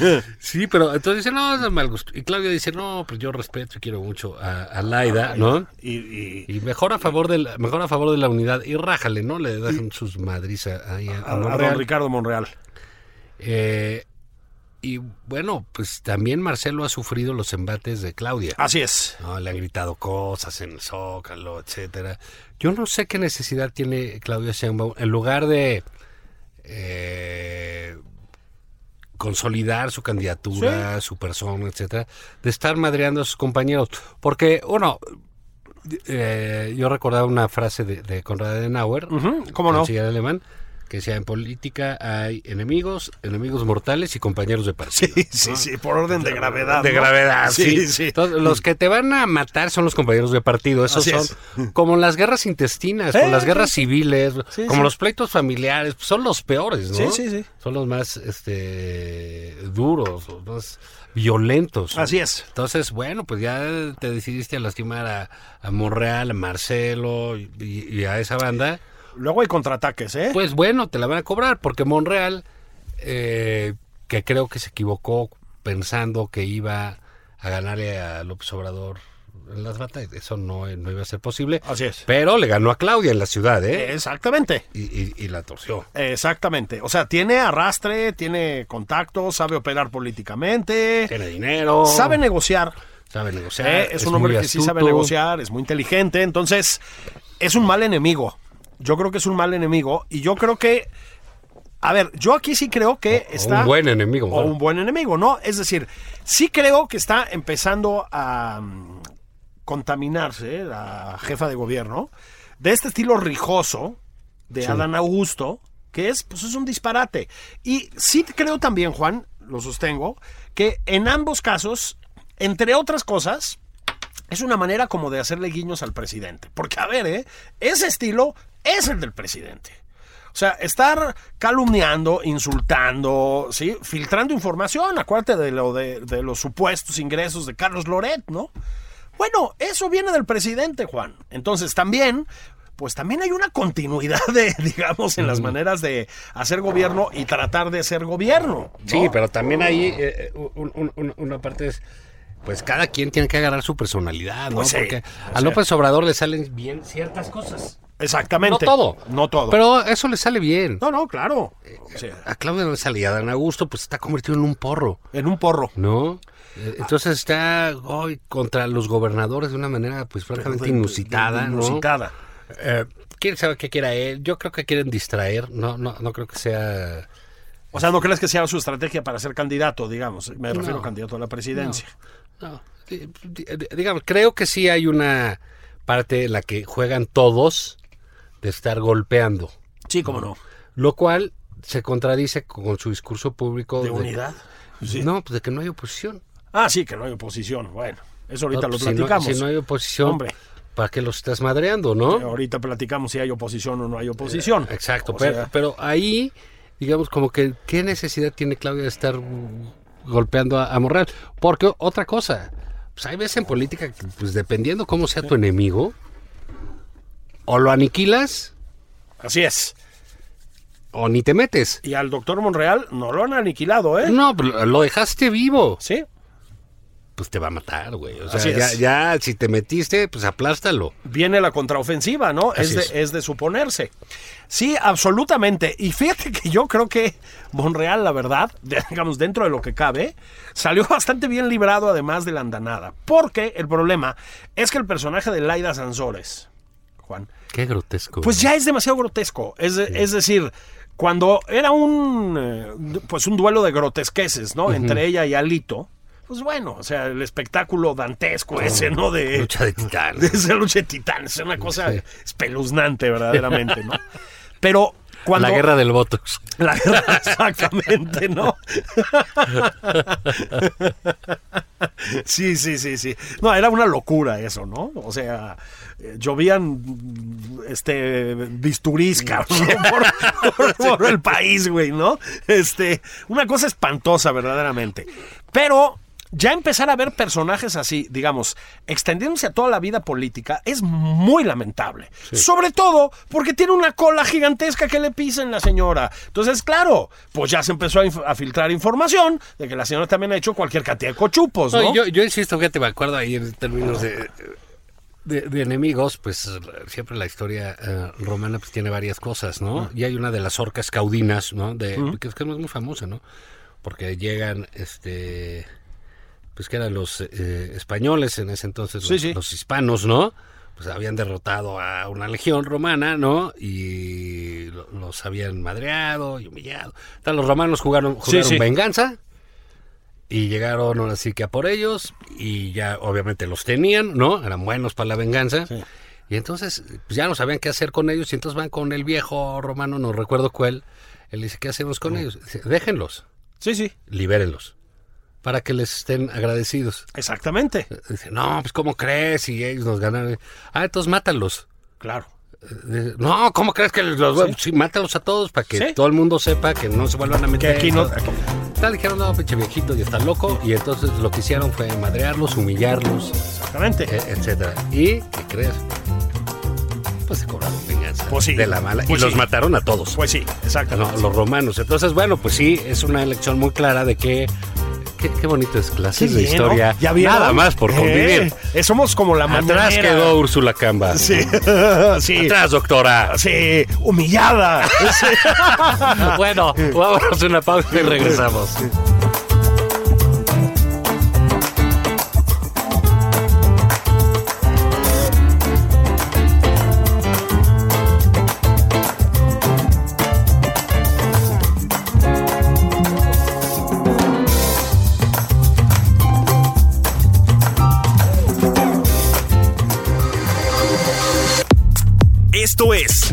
Speaker 2: [LAUGHS]
Speaker 1: Sí, pero entonces dice, no, es de mal gusto. Y Claudia dice, no, pues yo respeto y quiero mucho a, a Laida, ¿no?
Speaker 2: y- y-
Speaker 1: Y mejor a favor de la, mejor a favor de la unidad. Y rájale, ¿no? Le dejan sus madriz a, ahí a- a
Speaker 2: a- a
Speaker 1: Monreal.
Speaker 2: don Ricardo Monreal.
Speaker 1: Eh, y bueno, pues también Marcelo ha sufrido los embates de Claudia.
Speaker 2: Así es.
Speaker 1: No, le han gritado cosas en el Zócalo, etcétera. Yo no sé qué necesidad tiene Claudia Sheinbaum. En lugar de eh, consolidar su candidatura, su persona, etcétera, de estar madreando a sus compañeros. Porque, uno, eh, yo recordaba una frase de, de Konrad Adenauer,
Speaker 2: Ujú, ¿Cómo no?
Speaker 1: canciller alemán, que decía, en política hay enemigos, enemigos mortales y compañeros de partido.
Speaker 2: Sí, sí, sí, por orden de gravedad.
Speaker 1: De
Speaker 2: ¿no?
Speaker 1: gravedad, sí.
Speaker 2: sí.
Speaker 1: Entonces, los que te van a matar son los compañeros de partido. Esos
Speaker 2: Así
Speaker 1: son como las guerras intestinas, como
Speaker 2: Eh,
Speaker 1: las guerras civiles,
Speaker 2: Sí,
Speaker 1: como
Speaker 2: sí.
Speaker 1: los pleitos familiares. pues, Son los peores,
Speaker 2: Sí,
Speaker 1: ¿no?
Speaker 2: sí, sí.
Speaker 1: Son los más este, duros, los más violentos.
Speaker 2: Así es.
Speaker 1: Entonces, bueno, pues ya te decidiste a lastimar a, a Monreal, a Marcelo y, y a esa banda.
Speaker 2: Luego hay contraataques, ¿eh?
Speaker 1: Pues bueno, te la van a cobrar, porque Monreal, eh, que creo que se equivocó pensando que iba a ganarle a López Obrador en las batallas, eso no, no iba a ser posible.
Speaker 2: Así es.
Speaker 1: Pero le ganó a Claudia en la ciudad, ¿eh?
Speaker 2: Exactamente.
Speaker 1: Y, y- y la torció.
Speaker 2: Exactamente. O sea, tiene arrastre, tiene contacto, sabe operar políticamente,
Speaker 1: Tiene dinero.
Speaker 2: sabe negociar.
Speaker 1: sabe negociar.
Speaker 2: ¿eh? Es, un hombre
Speaker 1: Oh. muy
Speaker 2: que sí sabe
Speaker 1: astuto.
Speaker 2: negociar, es muy inteligente. Entonces, es un mal enemigo. Yo creo que es un mal enemigo. Y yo creo que. A ver, yo aquí sí creo que
Speaker 1: O
Speaker 2: está.
Speaker 1: Oh, un buen enemigo.
Speaker 2: o
Speaker 1: bueno.
Speaker 2: un buen enemigo, ¿no? Es decir, sí creo que está empezando a mm, contaminarse eh, la jefa de gobierno de este estilo rijoso de Adán Augusto, que es, pues es un disparate. Y sí creo también, Juan, lo sostengo, que en ambos casos, entre otras cosas, es una manera como de hacerle guiños al presidente. Porque, a ver, ¿eh? ese estilo es el del presidente. O sea, estar calumniando, insultando, ¿sí? Filtrando información. Acuérdate de lo de, de los supuestos ingresos de Carlos Loret, ¿no? Bueno, eso viene del presidente, Juan. Entonces, también, pues también hay una continuidad de, [LAUGHS] digamos, en las maneras de hacer gobierno y tratar de ser gobierno. ¿no?
Speaker 1: Sí, pero también ahí eh, un- un- un- una parte es, pues cada quien tiene que agarrar su personalidad, ¿no?
Speaker 2: Pues sí,
Speaker 1: Porque
Speaker 2: pues
Speaker 1: a
Speaker 2: sí.
Speaker 1: López Obrador le salen bien ciertas cosas. No
Speaker 2: Exactamente.
Speaker 1: todo.
Speaker 2: No todo.
Speaker 1: Pero eso le sale bien.
Speaker 2: no, no, claro. O sea,
Speaker 1: A Claudia no le sale y a Dan Augusto pues está convertido en un porro,
Speaker 2: en un porro.
Speaker 1: ¿no? Eh, Entonces está hoy contra los gobernadores de una manera pues francamente inusitada, ¿no?
Speaker 2: Inusitada.
Speaker 1: Eh, ¿Quién sabe qué quiera él? Yo creo que quieren distraer, no, no, no creo que sea...
Speaker 2: O sea, no crees que sea su estrategia para ser candidato, digamos. Me refiero a candidato a la presidencia.
Speaker 1: No, di- di- di- digamos, creo que sí hay una parte en la que juegan todos de estar golpeando,
Speaker 2: Sí, cómo no.
Speaker 1: lo cual se contradice con su discurso público
Speaker 2: Pues ¿De unidad? Sí.
Speaker 1: No, pues de que no hay oposición.
Speaker 2: Ah, sí, que no hay oposición. Bueno, eso ahorita
Speaker 1: No,
Speaker 2: lo
Speaker 1: pues si no-
Speaker 2: platicamos.
Speaker 1: Si no, hay oposición,
Speaker 2: Hombre.
Speaker 1: ¿para qué los estás madreando, no?
Speaker 2: Ahorita platicamos si hay oposición o no hay oposición.
Speaker 1: Eh, Exacto,
Speaker 2: O
Speaker 1: pero,
Speaker 2: sea,
Speaker 1: pero ahí, digamos, como que, ¿qué necesidad tiene Claudia de estar mm, golpeando a, a Monreal? Porque o- otra cosa, pues hay veces en política que, pues dependiendo cómo sea tu enemigo, o lo aniquilas
Speaker 2: así es.
Speaker 1: o ni te metes.
Speaker 2: Y al doctor Monreal no lo han aniquilado, ¿eh?
Speaker 1: No, pues, lo dejaste vivo.
Speaker 2: Sí.
Speaker 1: Pues te va a matar, güey. O sea,
Speaker 2: Así
Speaker 1: ya,
Speaker 2: es.
Speaker 1: ya, si te metiste, pues aplástalo.
Speaker 2: Viene la contraofensiva, ¿no? Es
Speaker 1: Así
Speaker 2: de,
Speaker 1: es.
Speaker 2: es de suponerse. Sí, absolutamente. Y fíjate que yo creo que Monreal, la verdad, [LAUGHS] de- digamos, dentro de lo que cabe, salió [LAUGHS] bastante bien librado además de la andanada. Porque el problema es que el personaje de Laida Sansores, Juan,
Speaker 1: Qué grotesco.
Speaker 2: Pues ya es demasiado grotesco. Es, de- es decir, cuando era un eh, pues un duelo de grotesqueces, ¿no? Entre ella y Alito, pues bueno, o sea, el espectáculo dantesco ese, ¿no? De
Speaker 1: Lucha de titanes. [LAUGHS]
Speaker 2: de esa lucha de titanes, [LAUGHS] es una cosa espeluznante verdaderamente, ¿no? Pero cuando
Speaker 1: La guerra del Botox.
Speaker 2: la guerra, [LAUGHS] exactamente, ¿no? Sí, sí, sí, sí. No, era una locura eso, ¿no? O sea, eh, llovían este bisturís, cabrón, [LAUGHS] ¿no? por, por- por el país, güey, ¿no? Este, una cosa espantosa verdaderamente. Pero ya empezar a ver personajes así, digamos, extendiéndose a toda la vida política es muy lamentable. Sobre todo porque tiene una cola gigantesca que le pisen la señora. Entonces, claro, pues ya se empezó a, inf- a filtrar información de que la señora también ha hecho cualquier cantidad de cochupos, ¿no?
Speaker 1: Pues No, yo, yo insisto, fíjate, me acuerdo ahí en términos de, de- de enemigos, pues siempre la historia eh, romana pues tiene varias cosas, ¿no? Y hay una de las orcas caudinas, ¿no? De, Que es que no es muy famosa, ¿no? Porque llegan, este, pues que eran los eh, españoles en ese entonces,
Speaker 2: Sí,
Speaker 1: los,
Speaker 2: sí.
Speaker 1: los hispanos, ¿no? Pues habían derrotado a una legión romana, ¿no? Y lo- los habían madreado y humillado. Tal, los romanos jugaron, jugaron
Speaker 2: sí.
Speaker 1: venganza. Y llegaron ahora sí que a por ellos, y ya obviamente los tenían, ¿no? Eran buenos para la venganza. Y entonces pues, ya no sabían qué hacer con ellos, y entonces van con el viejo romano, no recuerdo cuál. Él dice, ¿qué hacemos con ellos? Dice, déjenlos,
Speaker 2: Sí, sí,
Speaker 1: libérenlos, para que les estén agradecidos.
Speaker 2: exactamente.
Speaker 1: Dice, no, pues ¿cómo crees? Y ellos nos ganaron. Ah, entonces mátalos.
Speaker 2: Claro.
Speaker 1: Dice, No, ¿cómo crees que los voy a- Sí, mátalos a todos para que
Speaker 2: Sí.
Speaker 1: todo el mundo sepa que no se vuelvan a
Speaker 2: Que
Speaker 1: meter.
Speaker 2: aquí no.
Speaker 1: Todo. Tal dijeron, no, pinche viejito y está loco. Y entonces lo que hicieron fue madrearlos, humillarlos,
Speaker 2: Exactamente.
Speaker 1: e- etcétera. ¿Y qué crees? Pues se cobraron venganza
Speaker 2: Pues sí.
Speaker 1: de la mala.
Speaker 2: Pues
Speaker 1: y los
Speaker 2: sí.
Speaker 1: mataron a todos.
Speaker 2: Pues sí,
Speaker 1: No,
Speaker 2: exactamente.
Speaker 1: los romanos. Entonces, bueno, pues sí, es una elección muy clara de que. Qué, qué bonito es clases de
Speaker 2: bien, ¿no?
Speaker 1: historia.
Speaker 2: ¿Ya vieron?
Speaker 1: Nada más por
Speaker 2: Eh,
Speaker 1: convivir.
Speaker 2: eh, somos como la
Speaker 1: Atrás
Speaker 2: mañanera.
Speaker 1: quedó Úrsula Camba.
Speaker 2: Sí, [LAUGHS] sí,
Speaker 1: Atrás, doctora.
Speaker 2: sí, humillada. Sí. Ah. [LAUGHS]
Speaker 1: Bueno, vámonos a una pausa y regresamos.
Speaker 3: Esto es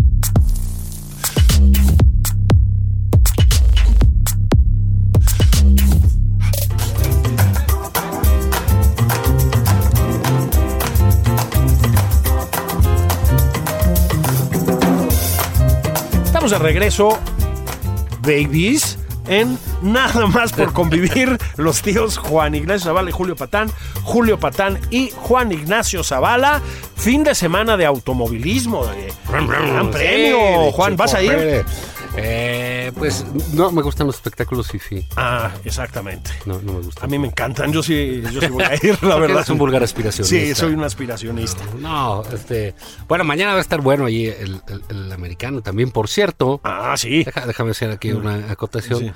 Speaker 2: Estamos de regreso, babies, en Nada más
Speaker 1: [LAUGHS]
Speaker 2: por convivir los tíos Juan Ignacio Zavala y Julio Patán, Julio Patán y Juan Ignacio Zavala. Fin de semana de automovilismo. eh. Gran premio,
Speaker 1: Sí,
Speaker 2: Juan,
Speaker 1: Chico
Speaker 2: ¿vas a ir?
Speaker 1: Pérez. Eh, pues no, me gustan los espectáculos fifi.
Speaker 2: Ah, exactamente.
Speaker 1: No, no me gustan.
Speaker 2: A mí me encantan, yo sí, yo sí [LAUGHS] voy a
Speaker 1: [LAUGHS]
Speaker 2: ir, la
Speaker 1: Porque
Speaker 2: verdad.
Speaker 1: eres un vulgar aspiracionista.
Speaker 2: Sí, soy un aspiracionista.
Speaker 1: No, este. Bueno, mañana va a estar bueno ahí el, el- el americano también, por cierto.
Speaker 2: Ah, sí.
Speaker 1: Deja- déjame hacer aquí una acotación.
Speaker 2: Sí.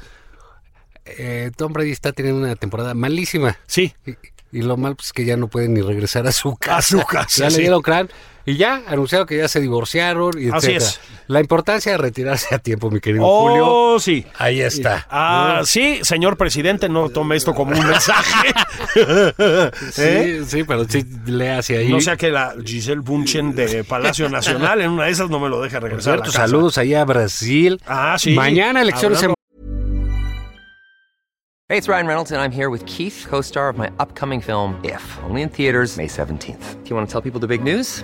Speaker 1: Eh, Tom Brady está teniendo una temporada malísima.
Speaker 2: Sí.
Speaker 1: Y, y lo mal pues, es que ya no puede ni regresar a su casa.
Speaker 2: A su casa,
Speaker 1: Ya
Speaker 2: sí.
Speaker 1: le dieron crán. Y ya anunciaron que ya se divorciaron. Y
Speaker 2: Así
Speaker 1: etcétera.
Speaker 2: es.
Speaker 1: La importancia de retirarse a tiempo, mi querido Julio.
Speaker 2: Oh, sí.
Speaker 1: Ahí está.
Speaker 2: Ah, sí, señor presidente, no tome esto como un mensaje.
Speaker 1: Sí, sí, pero [LAUGHS] sí le hace ahí.
Speaker 2: ¿Eh? No sea que la Giselle Bunchen de Palacio Nacional en una de esas no me lo deje
Speaker 1: Por
Speaker 2: regresar. a la
Speaker 1: cierto,
Speaker 2: casa.
Speaker 1: saludos allá a Brasil.
Speaker 2: Ah, sí.
Speaker 1: Mañana elecciones
Speaker 2: Hablando-
Speaker 4: Hey, it's Ryan Reynolds, and I'm here with Keith, co star of my upcoming film, If, only in theaters, May 17th. Do you want to tell people the big news?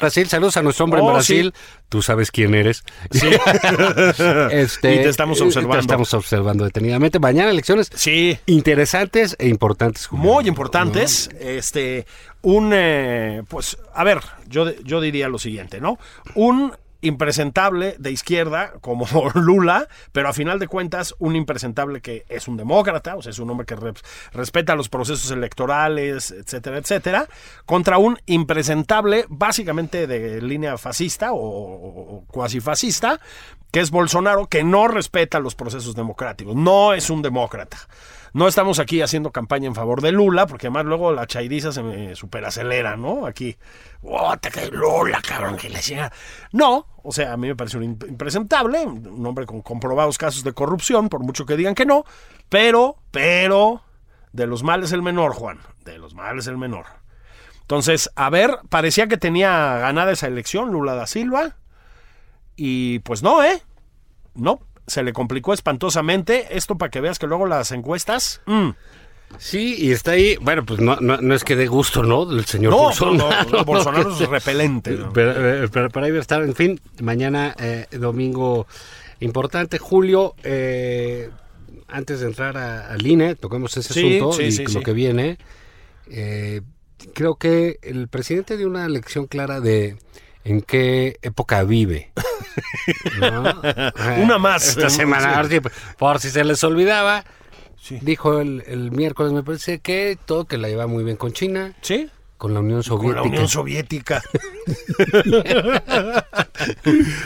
Speaker 1: Brasil, saludos a nuestro hombre
Speaker 2: Oh,
Speaker 1: en Brasil. Tú sabes quién eres. [LAUGHS] Este,
Speaker 2: Y te estamos
Speaker 1: eh,
Speaker 2: observando.
Speaker 1: Te estamos observando detenidamente. Mañana elecciones
Speaker 2: Sí.
Speaker 1: interesantes e importantes. Julio.
Speaker 2: Muy importantes. Este, un, eh, pues, a ver, yo, de- yo diría lo siguiente, ¿no? Un impresentable de izquierda como [LAUGHS] Lula, pero a final de cuentas un impresentable que es un demócrata, o sea, es un hombre que re- respeta los procesos electorales, etcétera, etcétera, contra un impresentable básicamente de línea fascista o, o cuasi fascista, que es Bolsonaro, que no respeta los procesos democráticos, no es un demócrata. No estamos aquí haciendo campaña en favor de Lula, porque además luego la chairiza se me superacelera, ¿no? Aquí, ¡Bota que Lula, cabrón! Que le sea! No, o sea, a mí me parece un imp- impresentable, un hombre con comprobados casos de corrupción, por mucho que digan que no, pero, pero, de los males el menor, Juan, de los males el menor. Entonces, a ver, parecía que tenía ganada esa elección Lula da Silva, y pues no, ¿eh? No, se le complicó espantosamente. Esto para que veas que luego las encuestas. mm,
Speaker 1: Sí, y está ahí. Bueno, pues no, no, no es que dé gusto, ¿no? El señor
Speaker 2: no,
Speaker 1: Bolsonaro. [LAUGHS]
Speaker 2: no, no, Bolsonaro
Speaker 1: que
Speaker 2: es
Speaker 1: se-
Speaker 2: repelente.
Speaker 1: [LAUGHS]
Speaker 2: ¿no?
Speaker 1: Pero, eh, pero para ahí va a estar, en fin, mañana eh, domingo importante, Julio, eh, antes de entrar a- al INE, toquemos ese
Speaker 2: Sí,
Speaker 1: asunto
Speaker 2: sí,
Speaker 1: y
Speaker 2: sí,
Speaker 1: lo
Speaker 2: sí.
Speaker 1: que viene. Eh, creo que el presidente dio una lección clara de en qué época
Speaker 2: [LAUGHS]
Speaker 1: vive. ¿no? Eh,
Speaker 2: Una más.
Speaker 1: Esta semana, ahora sí, por si se les olvidaba, dijo el, el miércoles, me parece que todo que la lleva muy bien con China,
Speaker 2: Sí,
Speaker 1: con la Unión
Speaker 2: con
Speaker 1: Soviética.
Speaker 2: la Unión
Speaker 1: [LAUGHS]
Speaker 2: Soviética.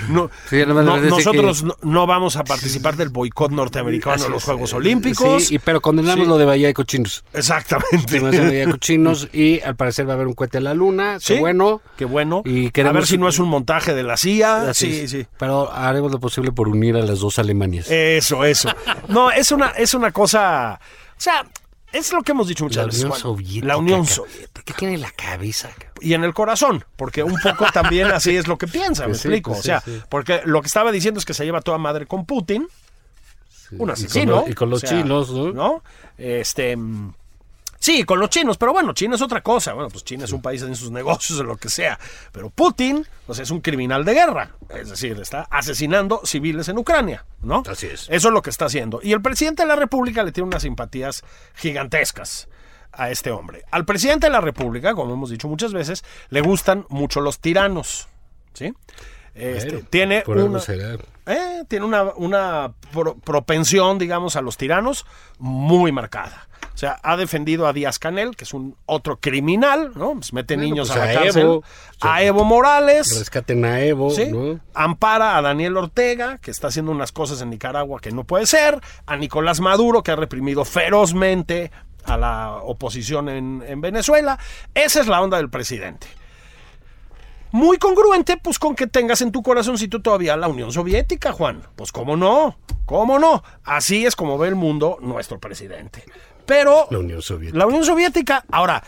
Speaker 2: No,
Speaker 1: Sí, nada más
Speaker 2: no,
Speaker 1: les decía
Speaker 2: nosotros
Speaker 1: que-
Speaker 2: no, no vamos a participar del boicot norteamericano a los Juegos Olímpicos.
Speaker 1: Sí, y- pero condenamos
Speaker 2: Sí.
Speaker 1: lo de Bahía y Cochinos.
Speaker 2: Exactamente.
Speaker 1: Condenamos
Speaker 2: [LAUGHS]
Speaker 1: lo de Bahía y Cochinos y al parecer va a haber un cohete a la luna.
Speaker 2: Sí,
Speaker 1: Qué bueno.
Speaker 2: Qué bueno.
Speaker 1: Y
Speaker 2: a
Speaker 1: queremos-
Speaker 2: ver si no es un montaje de la CIA.
Speaker 1: Así
Speaker 2: sí, Eh,
Speaker 1: es.
Speaker 2: sí.
Speaker 1: Pero haremos lo posible por unir a las dos Alemanias.
Speaker 2: Eso, eso. No, es una, es una cosa. O sea, es lo que hemos dicho muchas
Speaker 1: la
Speaker 2: veces.
Speaker 1: Unión
Speaker 2: Juan.
Speaker 1: Soviética.
Speaker 2: La Unión
Speaker 1: cabrón.
Speaker 2: Soviética.
Speaker 1: ¿Qué tiene en la cabeza? cabrón?
Speaker 2: Y en el corazón, porque un poco también así es lo que piensa, me
Speaker 1: Pues [LAUGHS] sí,
Speaker 2: explico.
Speaker 1: pues
Speaker 2: o
Speaker 1: sí,
Speaker 2: sea,
Speaker 1: sí.
Speaker 2: porque lo que estaba diciendo es que se lleva toda madre con Putin, un
Speaker 1: Y con
Speaker 2: asesino.
Speaker 1: lo- Y con los
Speaker 2: o sea,
Speaker 1: chinos, ¿no?
Speaker 2: Este. mm, Sí, con los chinos, pero bueno, China es otra cosa. Bueno, pues China es un país en sus negocios, en lo que sea. Pero Putin, pues es un criminal de guerra. Es decir, está asesinando civiles en Ucrania, ¿no?
Speaker 1: Así es.
Speaker 2: Eso es lo que está haciendo. Y el presidente de la República le tiene unas simpatías gigantescas a este hombre. Al presidente de la República, como hemos dicho muchas veces, le gustan mucho los tiranos, ¿sí? Este,
Speaker 1: Pero,
Speaker 2: tiene
Speaker 1: por algo
Speaker 2: una-
Speaker 1: será.
Speaker 2: eh, tiene una, una pro- propensión, digamos, a los tiranos muy marcada. O sea, ha defendido a Díaz Canel, que es un otro criminal, ¿no? Pues mete
Speaker 1: Bueno,
Speaker 2: niños
Speaker 1: pues
Speaker 2: a la
Speaker 1: a
Speaker 2: cárcel.
Speaker 1: Evo.
Speaker 2: a Evo Morales.
Speaker 1: Rescaten a Evo,
Speaker 2: ¿sí?
Speaker 1: ¿no?
Speaker 2: Ampara a Daniel Ortega, que está haciendo unas cosas en Nicaragua que no puede ser. A Nicolás Maduro, que ha reprimido ferozmente a la oposición en, en Venezuela. Esa es la onda del presidente. Muy congruente, pues, con que tengas en tu corazoncito todavía la Unión Soviética, Juan. Pues, ¿cómo no? ¿Cómo no? Así es como ve el mundo nuestro presidente. Pero...
Speaker 1: La Unión Soviética.
Speaker 2: La Unión Soviética. Ahora,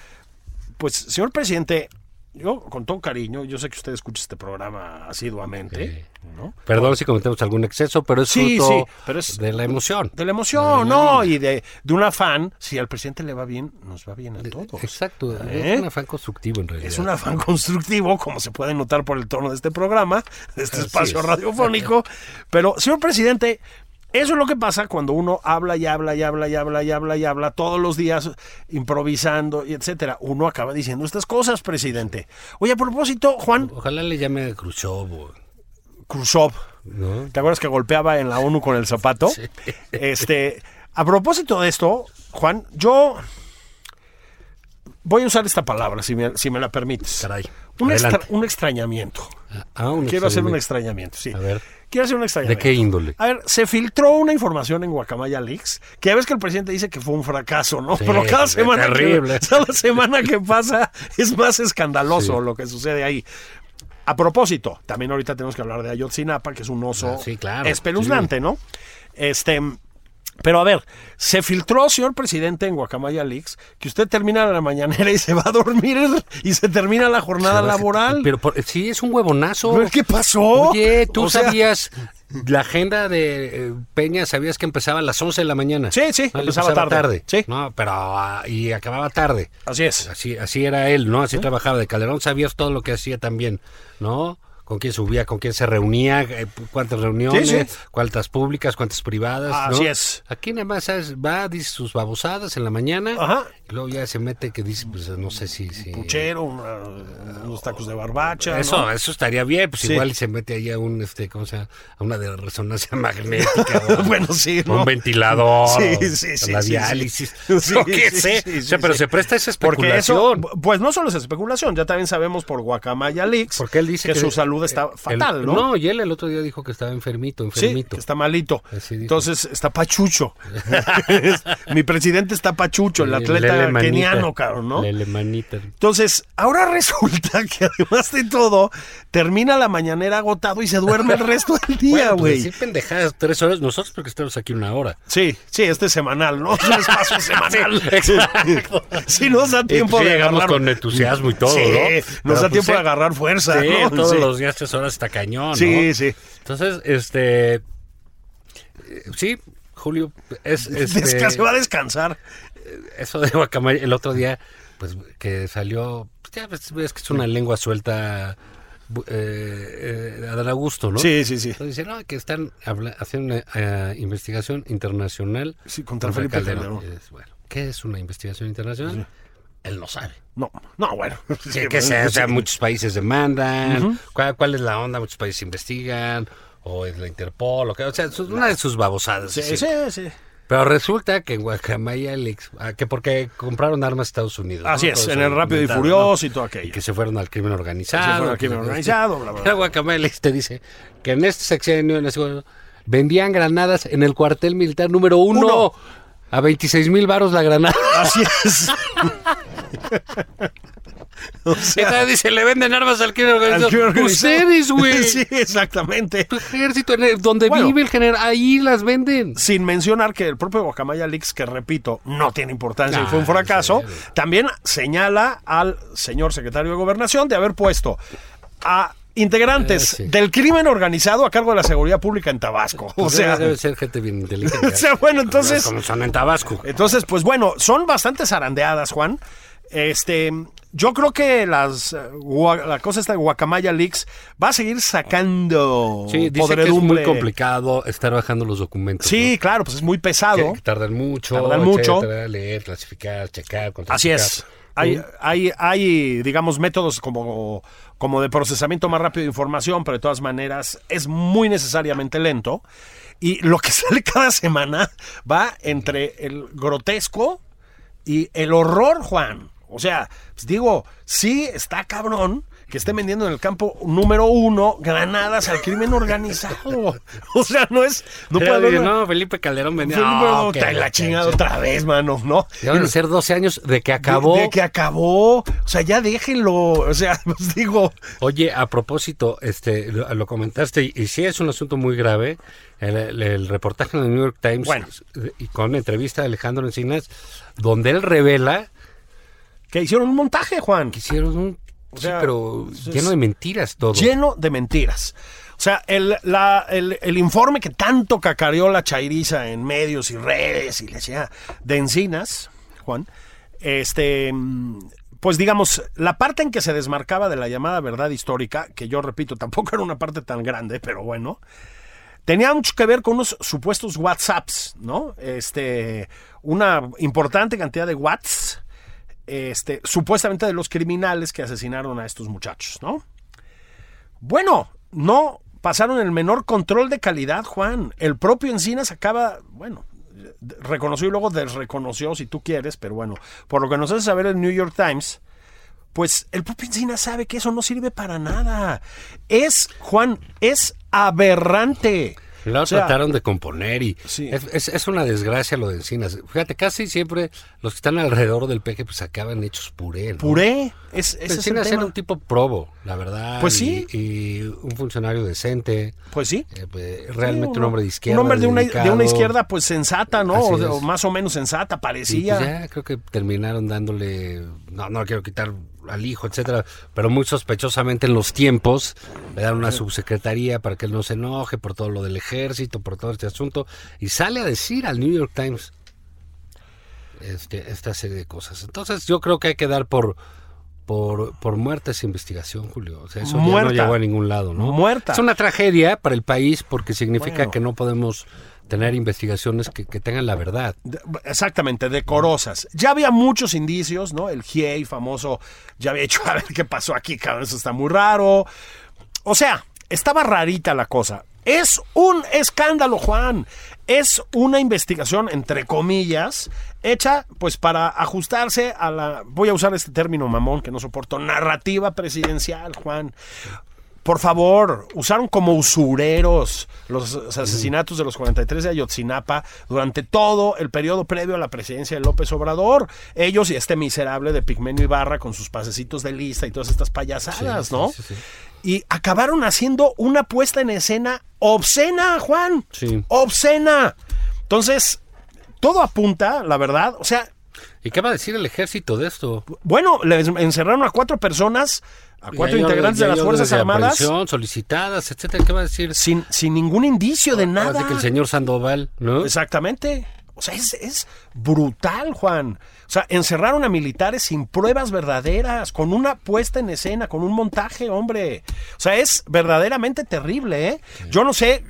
Speaker 2: pues, señor presidente, yo con todo cariño, yo sé que usted escucha este programa asiduamente, ¿no?
Speaker 1: Perdón si cometemos algún exceso, pero es
Speaker 2: Sí,
Speaker 1: fruto
Speaker 2: sí, pero es-
Speaker 1: de la emoción.
Speaker 2: De la emoción, ¿no? Y de, de un afán. Si al presidente le va bien, nos va bien a todos.
Speaker 1: Exacto,
Speaker 2: ¿Eh?
Speaker 1: es un afán constructivo en realidad.
Speaker 2: Es un afán constructivo, como se puede notar por el tono de este programa, de este
Speaker 1: Así
Speaker 2: espacio
Speaker 1: es.
Speaker 2: radiofónico. Pero, señor presidente, eso es lo que pasa cuando uno habla y habla y habla y habla y habla y habla todos los días improvisando y etcétera. Uno acaba diciendo estas cosas, presidente. Oye, a propósito, Juan
Speaker 1: Ojalá le llame a Khrushchev, o-
Speaker 2: Khrushchev,
Speaker 1: ¿no?
Speaker 2: ¿te acuerdas que golpeaba en la ONU con el zapato? Este, a propósito de esto, Juan, yo voy a usar esta palabra, si me, si me la permites.
Speaker 1: Caray,
Speaker 2: Un, extra-
Speaker 1: adelante.
Speaker 2: un extrañamiento.
Speaker 1: Ah, un
Speaker 2: Quiero hacer un
Speaker 1: experimento.
Speaker 2: extrañamiento, sí.
Speaker 1: A ver.
Speaker 2: Quiero hacer un
Speaker 1: ¿De
Speaker 2: extrañamiento.
Speaker 1: qué índole?
Speaker 2: A ver, se filtró una información en Guacamaya Leaks, que ya ves que el presidente dice que fue un fracaso, ¿no?
Speaker 1: Sí,
Speaker 2: Pero cada
Speaker 1: es
Speaker 2: semana,
Speaker 1: terrible.
Speaker 2: Que, [LAUGHS] cada semana que pasa es más escandaloso
Speaker 1: Sí.
Speaker 2: lo que sucede ahí. A propósito, también ahorita tenemos que hablar de Ayotzinapa, que es un oso
Speaker 1: Ah, sí, claro,
Speaker 2: espeluznante, ¿no? Este, pero a ver, se filtró, señor presidente, en Guacamaya Leaks, que usted termina la mañanera y se va a dormir y se termina la jornada
Speaker 1: Pero-
Speaker 2: laboral.
Speaker 1: Pero por- sí, es un huevonazo.
Speaker 2: Pero, ¿Qué pasó?
Speaker 1: Oye, tú
Speaker 2: O sea,
Speaker 1: sabías La agenda de eh, Peña, ¿sabías que empezaba a las 11 de la mañana?
Speaker 2: Sí, sí,
Speaker 1: No, él
Speaker 2: empezaba tarde. Sí.
Speaker 1: No, pero, ah, y acababa tarde.
Speaker 2: Así es.
Speaker 1: Así, así era él, ¿no? Así trabajaba. De Calderón sabías todo lo que hacía también, ¿no? Con quién subía, con quién se reunía, eh, cuántas reuniones,
Speaker 2: Sí, sí.
Speaker 1: cuántas públicas, cuántas privadas. ¿no?
Speaker 2: Así es.
Speaker 1: Aquí nada más ¿sabes? va, dice sus babosadas en la mañana.
Speaker 2: Ajá.
Speaker 1: y luego ya se mete que dice, pues no sé si. si-
Speaker 2: Puchero, una- unos tacos de barbacha.
Speaker 1: Eso,
Speaker 2: ¿no?
Speaker 1: eso estaría bien, pues
Speaker 2: Sí.
Speaker 1: igual y se mete ahí a un este, ¿cómo se llama? A una de resonancia
Speaker 2: [LAUGHS]
Speaker 1: [LAUGHS] magnética. o a-
Speaker 2: [LAUGHS] Bueno, sí,
Speaker 1: a Un
Speaker 2: ¿no?
Speaker 1: ventilador.
Speaker 2: Sí,
Speaker 1: o
Speaker 2: sí, sí,
Speaker 1: a La
Speaker 2: sí, sí.
Speaker 1: diálisis.
Speaker 2: [LAUGHS] Sí,
Speaker 1: Yo qué
Speaker 2: sí,
Speaker 1: sé.
Speaker 2: sí,
Speaker 1: O
Speaker 2: sí,
Speaker 1: sea, pero
Speaker 2: sí.
Speaker 1: se presta esa
Speaker 2: Porque eso,
Speaker 1: especulación.
Speaker 2: pues no solo es especulación, ya también sabemos por Guacamaya Leaks
Speaker 1: Porque él dice
Speaker 2: que,
Speaker 1: que
Speaker 2: su
Speaker 1: el-
Speaker 2: salud está
Speaker 1: El-
Speaker 2: fatal, ¿no?
Speaker 1: No, y él el otro día dijo que estaba enfermito,
Speaker 2: Sí,
Speaker 1: enfermito.
Speaker 2: que está malito.
Speaker 1: Así dijo.
Speaker 2: Entonces está
Speaker 1: [LAUGHS]
Speaker 2: pachucho. Mi presidente está pachucho, el atleta
Speaker 1: Lele manita.
Speaker 2: keniano, cabrón, ¿no?
Speaker 1: Lele manita.
Speaker 2: Entonces, ahora [LAUGHS] resulta que además de todo, termina la mañanera agotado y se duerme el resto del día,
Speaker 1: Bueno, pues,
Speaker 2: güey.
Speaker 1: decir pendejadas tres horas, nosotros porque estamos aquí una hora.
Speaker 2: Sí, sí, este es semanal, ¿no? [LAUGHS] Es un espacio
Speaker 1: [LAUGHS]
Speaker 2: semanal.
Speaker 1: exacto.
Speaker 2: Sí, nos da tiempo
Speaker 1: Eh, sí,
Speaker 2: de
Speaker 1: llegamos
Speaker 2: agarrar...
Speaker 1: con entusiasmo y todo,
Speaker 2: Sí,
Speaker 1: ¿no?
Speaker 2: nos
Speaker 1: Pero,
Speaker 2: da
Speaker 1: pues,
Speaker 2: tiempo
Speaker 1: eh,
Speaker 2: de agarrar fuerza,
Speaker 1: Sí,
Speaker 2: [LAUGHS] ¿no?
Speaker 1: todos
Speaker 2: Sí.
Speaker 1: los días tres horas está cañón,
Speaker 2: Sí,
Speaker 1: ¿no?
Speaker 2: sí.
Speaker 1: Entonces, este... eh, Sí, Julio,
Speaker 2: [LAUGHS]
Speaker 1: es... Este,
Speaker 2: Desca- se va a descansar.
Speaker 1: eso de guacamaya, el otro día, pues que salió, pues, ya ves, ves que es una lengua suelta bu- eh, eh, a dar a gusto, ¿no?
Speaker 2: Sí, sí, sí.
Speaker 1: Entonces dicen, no, que están habla- haciendo una eh, investigación internacional
Speaker 2: Sí, contra Felipe Calderón.
Speaker 1: Y dices, bueno, ¿qué es una investigación internacional? Él no sabe.
Speaker 2: No, no, bueno.
Speaker 1: [LAUGHS]
Speaker 2: pues
Speaker 1: Sí, que sea, o sea, muchos países demandan, cuál, cuál es la onda, muchos países investigan, o es la Interpol, o, qué, o sea, es una de sus babosadas.
Speaker 2: Sí,
Speaker 1: así.
Speaker 2: sí, sí.
Speaker 1: Pero resulta que en Guacamaya, le ex- ah, que porque compraron armas a Estados Unidos. ¿no?
Speaker 2: Así es,
Speaker 1: Todo
Speaker 2: en
Speaker 1: eso
Speaker 2: el Rápido y
Speaker 1: inventaron,
Speaker 2: Furioso y todo
Speaker 1: ¿no? Y
Speaker 2: aquello.
Speaker 1: que se fueron al crimen organizado.
Speaker 2: Se fueron al
Speaker 1: que-
Speaker 2: crimen organizado, bla, bla, bla.
Speaker 1: [LAUGHS] Pero Guacamaya le- te dice que en este sexenio, en este gobierno, vendían granadas en el cuartel militar número uno,
Speaker 2: Uno.
Speaker 1: a 26 mil varos
Speaker 2: [LAUGHS]
Speaker 1: la granada.
Speaker 2: Así
Speaker 1: [LAUGHS]
Speaker 2: es. o sea,
Speaker 1: Entonces dice, le venden armas al crimen organizado.
Speaker 2: al que organizó-
Speaker 1: Ustedes, güey.
Speaker 2: [LAUGHS] sí, exactamente.
Speaker 1: Tu ejército, en el- donde
Speaker 2: Bueno.
Speaker 1: vive el general, ahí las venden.
Speaker 2: Sin mencionar que el propio Guacamaya Leaks, que repito, no tiene importancia y
Speaker 1: Ah,
Speaker 2: fue un fracaso,
Speaker 1: sí.
Speaker 2: también señala al señor secretario de Gobernación de haber puesto a integrantes
Speaker 1: Ah, sí.
Speaker 2: del crimen organizado a cargo de la seguridad pública en
Speaker 1: [LAUGHS]
Speaker 2: Tabasco. O sea,
Speaker 1: Pues debe ser gente bien
Speaker 2: [LAUGHS]
Speaker 1: inteligente.
Speaker 2: O sea, bueno, entonces-
Speaker 1: Como son en Tabasco.
Speaker 2: [LAUGHS] Entonces, pues bueno, son bastantes zarandeadas, Juan. Este, yo creo que las eh, gua- la cosa esta de Guacamaya Leaks va a seguir sacando
Speaker 1: Sí, dice que es
Speaker 2: podredumbre.
Speaker 1: muy complicado estar bajando los documentos.
Speaker 2: Sí, claro, pues es muy
Speaker 1: ¿no?
Speaker 2: pesado.
Speaker 1: Que, que tardan mucho.
Speaker 2: Tardan mucho.
Speaker 1: etcétera, leer, clasificar, checar,
Speaker 2: Así
Speaker 1: contrachecar.
Speaker 2: es. Hay, hay, hay, digamos, métodos como, como de procesamiento más rápido de información, pero de todas maneras es muy necesariamente lento. Y lo que [LAUGHS] sale cada semana va entre el grotesco y el horror, Juan. O sea, pues digo, sí está cabrón que esté vendiendo en el campo número uno granadas al crimen organizado. [LAUGHS] O sea, no es... No
Speaker 1: No,
Speaker 2: puede haber...
Speaker 1: no, Felipe Calderón venía. "Ah,
Speaker 2: Fue el número uno,
Speaker 1: que
Speaker 2: ta- la chingada otra vez, mano, ¿no?
Speaker 1: Ya van a ser 12 años de que acabó.
Speaker 2: De, de que acabó. O sea, ya déjenlo. O sea, [LAUGHS] pues digo.
Speaker 1: Oye, a propósito, este, lo, lo comentaste y, y sí es un asunto muy grave. El, el- el reportaje en el New York Times
Speaker 2: Bueno.
Speaker 1: y con la entrevista de Alejandro Encinas, donde él revela
Speaker 2: Que hicieron un montaje, Juan.
Speaker 1: que hicieron un,
Speaker 2: O sea,
Speaker 1: sí, pero
Speaker 2: es-
Speaker 1: lleno de mentiras todo.
Speaker 2: Lleno de mentiras. O sea, el, la- el- el informe que tanto cacareó la chairiza en medios y redes y le decía de encinas, Juan, este, mm, pues digamos, la parte en que se desmarcaba de la llamada verdad histórica, que yo repito, [LAUGHS] tampoco era una parte tan grande, pero bueno, tenía mucho que ver con unos supuestos WhatsApps, ¿no? Este, una importante cantidad de Whats, este, supuestamente de los criminales que asesinaron a estos muchachos, ¿no? Bueno, no pasaron el menor control de calidad, Juan. El propio Encinas acaba, bueno, de- reconoció y luego desreconoció, si tú quieres, pero bueno, por lo que nos hace saber el New York Times, pues el propio Encinas sabe que eso no sirve para nada. Es, Juan, es aberrante.
Speaker 1: Lo
Speaker 2: O sea,
Speaker 1: trataron de componer y
Speaker 2: Sí.
Speaker 1: es, es- es una desgracia lo de Encinas. Fíjate, casi siempre los que están alrededor del peje pues acaban hechos puré. ¿no?
Speaker 2: Puré, es, ese es el
Speaker 1: Encinas
Speaker 2: tema.
Speaker 1: era un tipo probo, la verdad.
Speaker 2: Pues
Speaker 1: y-
Speaker 2: sí.
Speaker 1: Y, un funcionario decente.
Speaker 2: Pues sí.
Speaker 1: eh, pues, realmente un, hombre de izquierda.
Speaker 2: Un hombre de una, de
Speaker 1: dedicado.
Speaker 2: una izquierda, pues sensata, ¿no?
Speaker 1: Así
Speaker 2: O, de-
Speaker 1: es.
Speaker 2: o más o menos sensata,
Speaker 1: Y, pues,
Speaker 2: parecía.
Speaker 1: ya creo que terminaron dándole. No, no quiero quitar al hijo, etcétera, pero muy sospechosamente en los tiempos le dan una subsecretaría para que él no se enoje por todo lo del ejército, por todo este asunto, y sale a decir al New York Times este, esta serie de cosas. Entonces yo creo que hay que dar por por, por muerta esa investigación, Julio. O sea, eso ya
Speaker 2: Muerta.
Speaker 1: no llegó a ningún lado, ¿no?
Speaker 2: Muerta.
Speaker 1: Es una tragedia para el país porque significa
Speaker 2: Bueno.
Speaker 1: que no podemos tener investigaciones que, que tengan la verdad.
Speaker 2: De- Exactamente, decorosas. Ya había muchos indicios, ¿no? El GIEI famoso ya había hecho, [LAUGHS] a ver qué pasó aquí, cabrón, eso está muy raro. O sea, estaba rarita la cosa. Es un escándalo, Juan. Es una investigación, entre comillas, hecha pues para ajustarse a la, voy a usar este término mamón que no soporto, narrativa presidencial, Juan. Por favor, usaron como usureros los asesinatos de los 43 de Ayotzinapa durante todo el periodo previo a la presidencia de López Obrador. Ellos y este miserable de Pigmenio Ibarra con sus pasecitos de lista y todas estas payasadas,
Speaker 1: Sí,
Speaker 2: ¿no?
Speaker 1: sí, sí, sí.
Speaker 2: Y acabaron haciendo una puesta en escena obscena, Juan.
Speaker 1: Sí.
Speaker 2: Obscena. Entonces, todo apunta, la verdad. O sea,
Speaker 1: ¿Y qué va a decir el ejército de esto?
Speaker 2: bueno, les encerraron a cuatro personas, a cuatro
Speaker 1: Y hay orden-
Speaker 2: integrantes de
Speaker 1: y hay
Speaker 2: las Fuerzas
Speaker 1: órdenes de
Speaker 2: Armadas.
Speaker 1: aprehensión solicitadas, etcétera. ¿Qué va a decir?
Speaker 2: sin, sin ningún indicio de
Speaker 1: Ahora sí
Speaker 2: nada.
Speaker 1: que el señor Sandoval, ¿no?
Speaker 2: Exactamente. O sea, es, es brutal, Juan. O sea, encerraron a militares sin pruebas verdaderas, con una puesta en escena, con un montaje, hombre. O sea, es verdaderamente terrible, ¿eh? Yo no sé.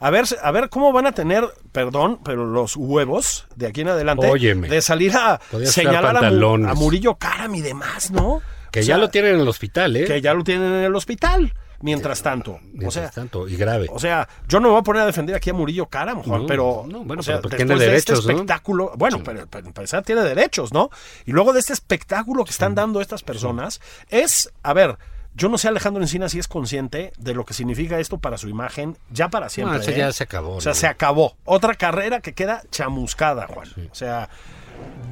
Speaker 2: A ver, a ver cómo van a tener, perdón, pero los huevos de aquí en adelante
Speaker 1: Óyeme.
Speaker 2: de salir a
Speaker 1: Podías usar
Speaker 2: señalar a, Mu-
Speaker 1: pantalones.
Speaker 2: a Murillo Karam y demás, ¿no?
Speaker 1: Que
Speaker 2: O
Speaker 1: ya
Speaker 2: sea,
Speaker 1: lo tienen en el hospital, ¿eh?
Speaker 2: que ya lo tienen en el hospital. Mientras tanto,
Speaker 1: Mientras
Speaker 2: o sea,
Speaker 1: tanto, y grave.
Speaker 2: o sea, yo no me voy a poner a defender aquí a Murillo Karam, Juan,
Speaker 1: No,
Speaker 2: pero,
Speaker 1: no, bueno,
Speaker 2: o sea,
Speaker 1: pero
Speaker 2: después
Speaker 1: tiene
Speaker 2: de
Speaker 1: derechos,
Speaker 2: este
Speaker 1: ¿no?
Speaker 2: espectáculo, bueno, pero, pero para empezar tiene derechos, ¿no? Y luego de este espectáculo que están dando estas personas, es, a ver, yo no sé Alejandro Encina si es consciente de lo que significa esto para su imagen, ya para siempre.
Speaker 1: eso
Speaker 2: ¿eh?
Speaker 1: ya se acabó,
Speaker 2: O sea,
Speaker 1: ¿no?
Speaker 2: se acabó. Otra carrera que queda chamuscada, Juan. O sea,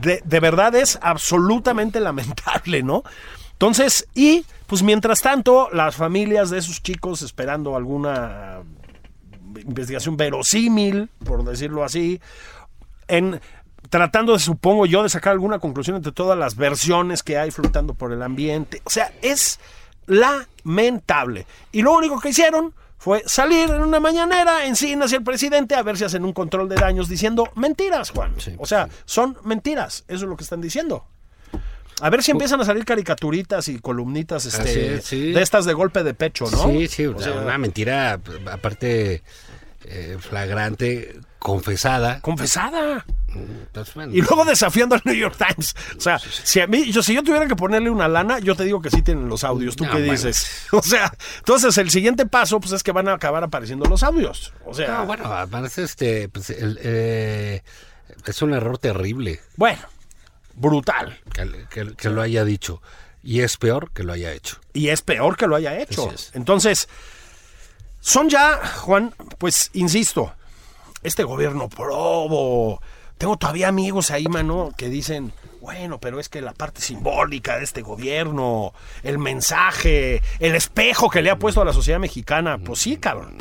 Speaker 2: de, de verdad es absolutamente [LAUGHS] lamentable, ¿no? Entonces, y pues mientras tanto, las familias de esos chicos esperando alguna investigación verosímil, por decirlo así, en tratando de, supongo yo, de sacar alguna conclusión entre todas las versiones que hay flotando por el ambiente. O sea, es lamentable. Y lo único que hicieron fue salir en una mañanera en sí hacia el presidente a ver si hacen un control de daños diciendo mentiras, Juan. o sea, son mentiras. Eso es lo que están diciendo. A ver si empiezan a salir caricaturitas y columnitas este,
Speaker 1: es, sí.
Speaker 2: de estas de golpe de pecho, ¿no?
Speaker 1: Sí, sí,
Speaker 2: O sea,
Speaker 1: una mentira, aparte eh, flagrante, confesada.
Speaker 2: confesada.
Speaker 1: Entonces, bueno,
Speaker 2: Y luego desafiando al New York Times. O sea, si a mí, yo, si yo tuviera que ponerle una lana, yo te digo que sí tienen los audios. ¿Tú
Speaker 1: No,
Speaker 2: qué
Speaker 1: bueno.
Speaker 2: dices? [LAUGHS] O sea, entonces el siguiente paso, pues es que van a acabar apareciendo los audios. O sea,
Speaker 1: No, ah, bueno, además, este, pues, el, eh, es un error terrible
Speaker 2: bueno, brutal.
Speaker 1: que, que- que lo haya dicho. Y es peor que lo haya hecho.
Speaker 2: Y es peor que lo haya hecho.
Speaker 1: Así es.
Speaker 2: Entonces, son ya, Juan, pues insisto, este gobierno probo. Tengo todavía amigos ahí, mano, que dicen, bueno, pero es que la parte simbólica de este gobierno, el mensaje, el espejo que le ha puesto a la sociedad mexicana, pues sí, cabrón.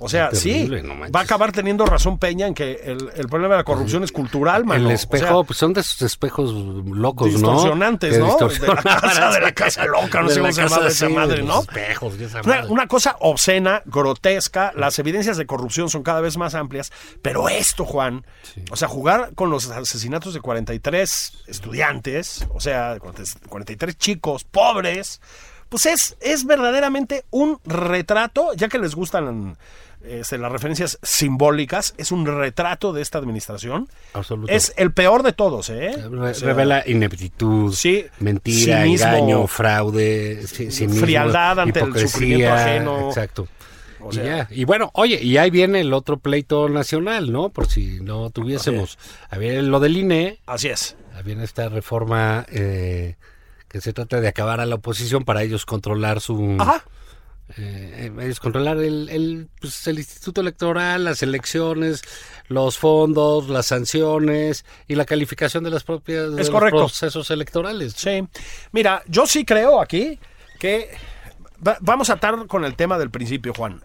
Speaker 2: O sea,
Speaker 1: Terrible,
Speaker 2: sí,
Speaker 1: no manches.
Speaker 2: va a acabar teniendo razón Peña en que el, el problema de la corrupción es cultural, mano.
Speaker 1: el
Speaker 2: O
Speaker 1: espejo,
Speaker 2: sea,
Speaker 1: pues son de esos espejos locos, ¿no?
Speaker 2: distorsionantes,
Speaker 1: Que
Speaker 2: ¿no?
Speaker 1: distorsionan.
Speaker 2: De la [LAUGHS] casa, de la casa loca, no
Speaker 1: De
Speaker 2: sé
Speaker 1: la
Speaker 2: cómo se
Speaker 1: casa,
Speaker 2: llamaba esa
Speaker 1: sí,
Speaker 2: madre,
Speaker 1: de
Speaker 2: ¿no?
Speaker 1: los espejos, de esa
Speaker 2: Una,
Speaker 1: madre.
Speaker 2: una cosa obscena, grotesca, las evidencias de corrupción son cada vez más amplias, pero esto, Juan, o sea, jugar con los asesinatos de 43 estudiantes, o sea, 43 chicos pobres, pues es, es verdaderamente un retrato, ya que les gustan este, las referencias simbólicas, es un retrato de esta administración.
Speaker 1: Absoluto.
Speaker 2: Es el peor de todos, ¿eh?
Speaker 1: [LAUGHS] Re-
Speaker 2: O sea,
Speaker 1: revela ineptitud,
Speaker 2: Sí,
Speaker 1: mentira,
Speaker 2: cinismo,
Speaker 1: engaño, fraude, ci- cinismo,
Speaker 2: frialdad ante el
Speaker 1: hipocresía,
Speaker 2: sufrimiento ajeno.
Speaker 1: Exacto.
Speaker 2: O
Speaker 1: y,
Speaker 2: sea-
Speaker 1: ya. y bueno, oye, y ahí viene el otro pleito nacional, ¿no? Por si no tuviésemos. Ahí viene lo del E, INE,
Speaker 2: Así es.
Speaker 1: ahí viene esta reforma eh, que se trata de acabar a la oposición para ellos controlar su...
Speaker 2: Ajá.
Speaker 1: Eh, es controlar el, el, pues, el instituto electoral, las elecciones, los fondos, las sanciones y la calificación de las propias de
Speaker 2: Es
Speaker 1: los
Speaker 2: correcto.
Speaker 1: procesos electorales.
Speaker 2: Sí. Mira, yo sí creo aquí que va- vamos a atar con el tema del principio, Juan.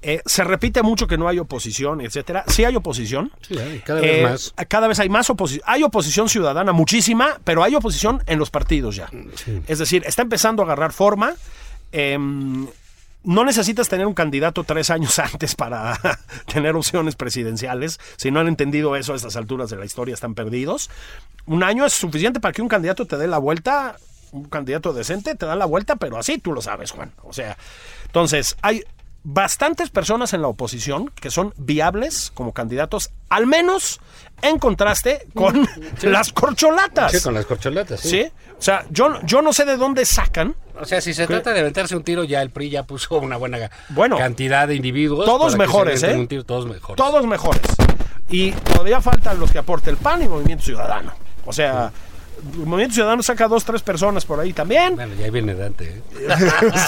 Speaker 2: Eh, se repite mucho que no hay oposición, etcétera. Sí hay oposición.
Speaker 1: Sí, hay, cada vez
Speaker 2: Eh,
Speaker 1: más.
Speaker 2: Cada vez hay más oposición. Hay oposición ciudadana, muchísima, pero hay oposición en los partidos ya. Es decir, está empezando a agarrar forma. Em, no necesitas tener un candidato tres años [LAUGHS] antes para tener opciones presidenciales. Si no han entendido eso a estas alturas de la historia, están perdidos. Un año es suficiente para que un candidato te dé la vuelta. Un candidato decente te da la vuelta, pero así tú lo sabes, Juan. O sea, entonces hay bastantes personas en la oposición que son viables como candidatos, al menos en contraste con [LAUGHS] las corcholatas.
Speaker 1: Sí, con las corcholatas. Sí.
Speaker 2: ¿Sí? O sea, yo, yo no sé de dónde sacan
Speaker 1: O sea, si se trata de aventarse un tiro, ya el PRI ya puso una buena
Speaker 2: Bueno,
Speaker 1: cantidad de individuos.
Speaker 2: todos
Speaker 1: para que se
Speaker 2: mejores,
Speaker 1: avienten
Speaker 2: ¿eh?
Speaker 1: un tiro, todos mejores.
Speaker 2: todos mejores. Y todavía faltan los que aporte el PAN y Movimiento Ciudadano. O sea, Movimiento Ciudadano saca dos, tres personas por ahí también.
Speaker 1: Bueno, ya ahí viene Dante. ¿eh?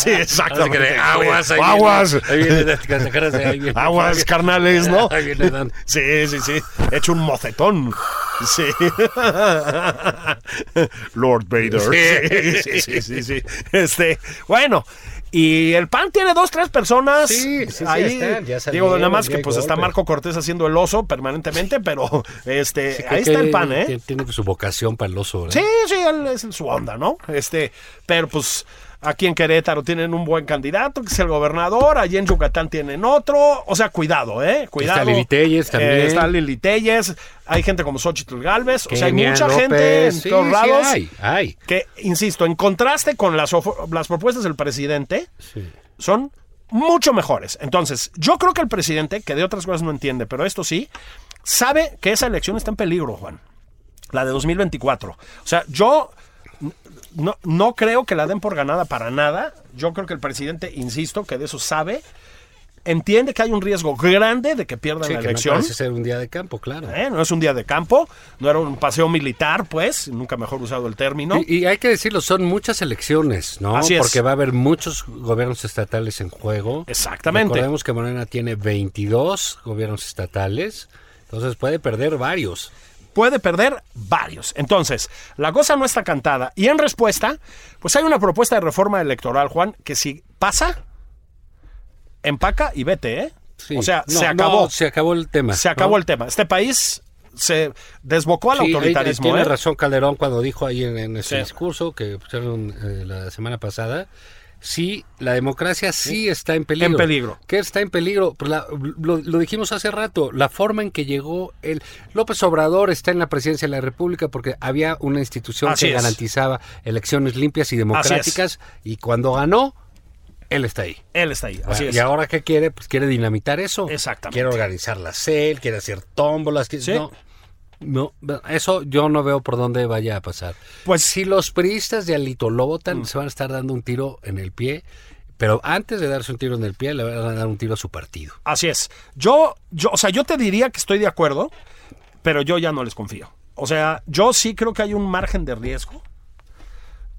Speaker 2: sí,
Speaker 1: Ahora [LAUGHS] sí que de Aguas, ahí
Speaker 2: Aguas.
Speaker 1: Viene, ahí viene Dante. con esa cara de ahí viene-
Speaker 2: Aguas, carnales, ¿no?
Speaker 1: Ahí viene Dante.
Speaker 2: Sí, sí, sí. He hecho un mocetón. Sí. [LAUGHS] Lord Vader. Sí, sí, sí, sí, sí. Este, bueno. Y el PAN tiene dos, tres personas.
Speaker 1: Sí, sí, sí,
Speaker 2: ahí.
Speaker 1: están, ya salieron,
Speaker 2: digo, nada más
Speaker 1: ya
Speaker 2: que
Speaker 1: hay
Speaker 2: pues está
Speaker 1: golpes.
Speaker 2: Marco Cortés haciendo el oso permanentemente, pero este,
Speaker 1: Creo
Speaker 2: ahí está
Speaker 1: que
Speaker 2: el PAN, ¿eh?
Speaker 1: tiene- Tiene su vocación para el oso. ¿eh?
Speaker 2: Sí, sí, él es en su onda, ¿no? Este, pero pues aquí en Querétaro tienen un buen candidato, que es el gobernador, allí en Yucatán tienen otro, o sea, cuidado, ¿eh? Cuidado.
Speaker 1: Lili Telles también.
Speaker 2: está Lili Telles, hay gente como Xochitl Galvez, o sea, hay
Speaker 1: Kenia
Speaker 2: mucha gente en
Speaker 1: López. Sí,
Speaker 2: todos
Speaker 1: sí,
Speaker 2: lados
Speaker 1: hay, hay.
Speaker 2: que, insisto, en contraste con las, ofo- las propuestas del presidente, son mucho mejores. Entonces, yo creo que el presidente, que de otras cosas no entiende, pero esto sí, sabe que esa elección está en peligro, Juan. La de 2024. O sea, yo n- no, no creo que la den por ganada para nada. Yo creo que el presidente, insisto, que de eso sabe, entiende que hay un riesgo grande de que pierdan
Speaker 1: Sí,
Speaker 2: la
Speaker 1: que
Speaker 2: elección.
Speaker 1: no parece ser un día de campo, claro.
Speaker 2: ¿eh? No es un día de campo, no era un paseo militar, pues, nunca mejor usado el término.
Speaker 1: Y, y hay que decirlo, son muchas elecciones, ¿no?
Speaker 2: Así es.
Speaker 1: Porque va a haber muchos gobiernos estatales en juego.
Speaker 2: Exactamente.
Speaker 1: Recordemos que Morena tiene 22 gobiernos estatales, entonces puede perder varios.
Speaker 2: puede perder varios. Entonces, la cosa no está cantada. Y en respuesta, pues hay una propuesta de reforma electoral, Juan, que si pasa, empaca y vete, ¿eh?
Speaker 1: Sí.
Speaker 2: O sea,
Speaker 1: No,
Speaker 2: se
Speaker 1: no,
Speaker 2: acabó.
Speaker 1: se acabó el tema.
Speaker 2: Se acabó el tema. Este país se desbocó al autoritarismo.
Speaker 1: Tiene
Speaker 2: ¿eh?
Speaker 1: razón Calderón cuando dijo ahí en, en ese
Speaker 2: Sí.
Speaker 1: discurso que pusieron eh, la semana pasada. Sí, la democracia sí está en peligro.
Speaker 2: En peligro.
Speaker 1: ¿Qué está en peligro? Pues la- lo, lo dijimos hace rato, la forma en que llegó el... López Obrador está en la presidencia de la República porque había una institución
Speaker 2: Así
Speaker 1: que
Speaker 2: es.
Speaker 1: garantizaba elecciones limpias y democráticas y cuando ganó, él está ahí.
Speaker 2: Él está ahí. Así es.
Speaker 1: Y ahora qué quiere? Pues quiere dinamitar eso.
Speaker 2: Exactamente.
Speaker 1: Quiere organizar la CEL, quiere hacer tómbolas. quiere-
Speaker 2: Sí.
Speaker 1: No, no, eso yo no veo por dónde vaya a pasar.
Speaker 2: Pues- Mm.
Speaker 1: si los priistas de Alito lo votan, se van a estar dando un tiro en el pie. Pero antes de darse un tiro en el pie, le van a dar un tiro a su partido.
Speaker 2: Así es. Yo, yo, o sea, yo te diría que estoy de acuerdo, pero yo ya no les confío. O sea, yo sí creo que hay un margen de riesgo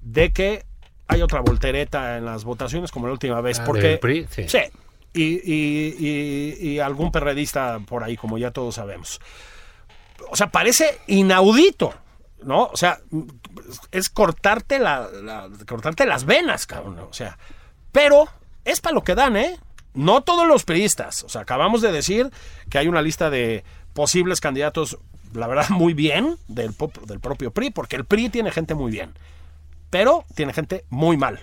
Speaker 2: de que hay otra voltereta en las votaciones como la última vez.
Speaker 1: Ah,
Speaker 2: porque
Speaker 1: del PRI, sí.
Speaker 2: y, y- y- y algún perredista por ahí, como ya todos sabemos. O sea, parece inaudito, ¿no? O sea, es cortarte, la, la- cortarte las venas, cabrón. O sea, pero es para lo que dan, ¿eh? No todos los priistas. O sea, acabamos de decir que hay una lista de posibles candidatos, la verdad, [LAUGHS] muy bien del, po- del propio PRI, porque el PRI tiene gente muy bien, pero tiene gente muy mal.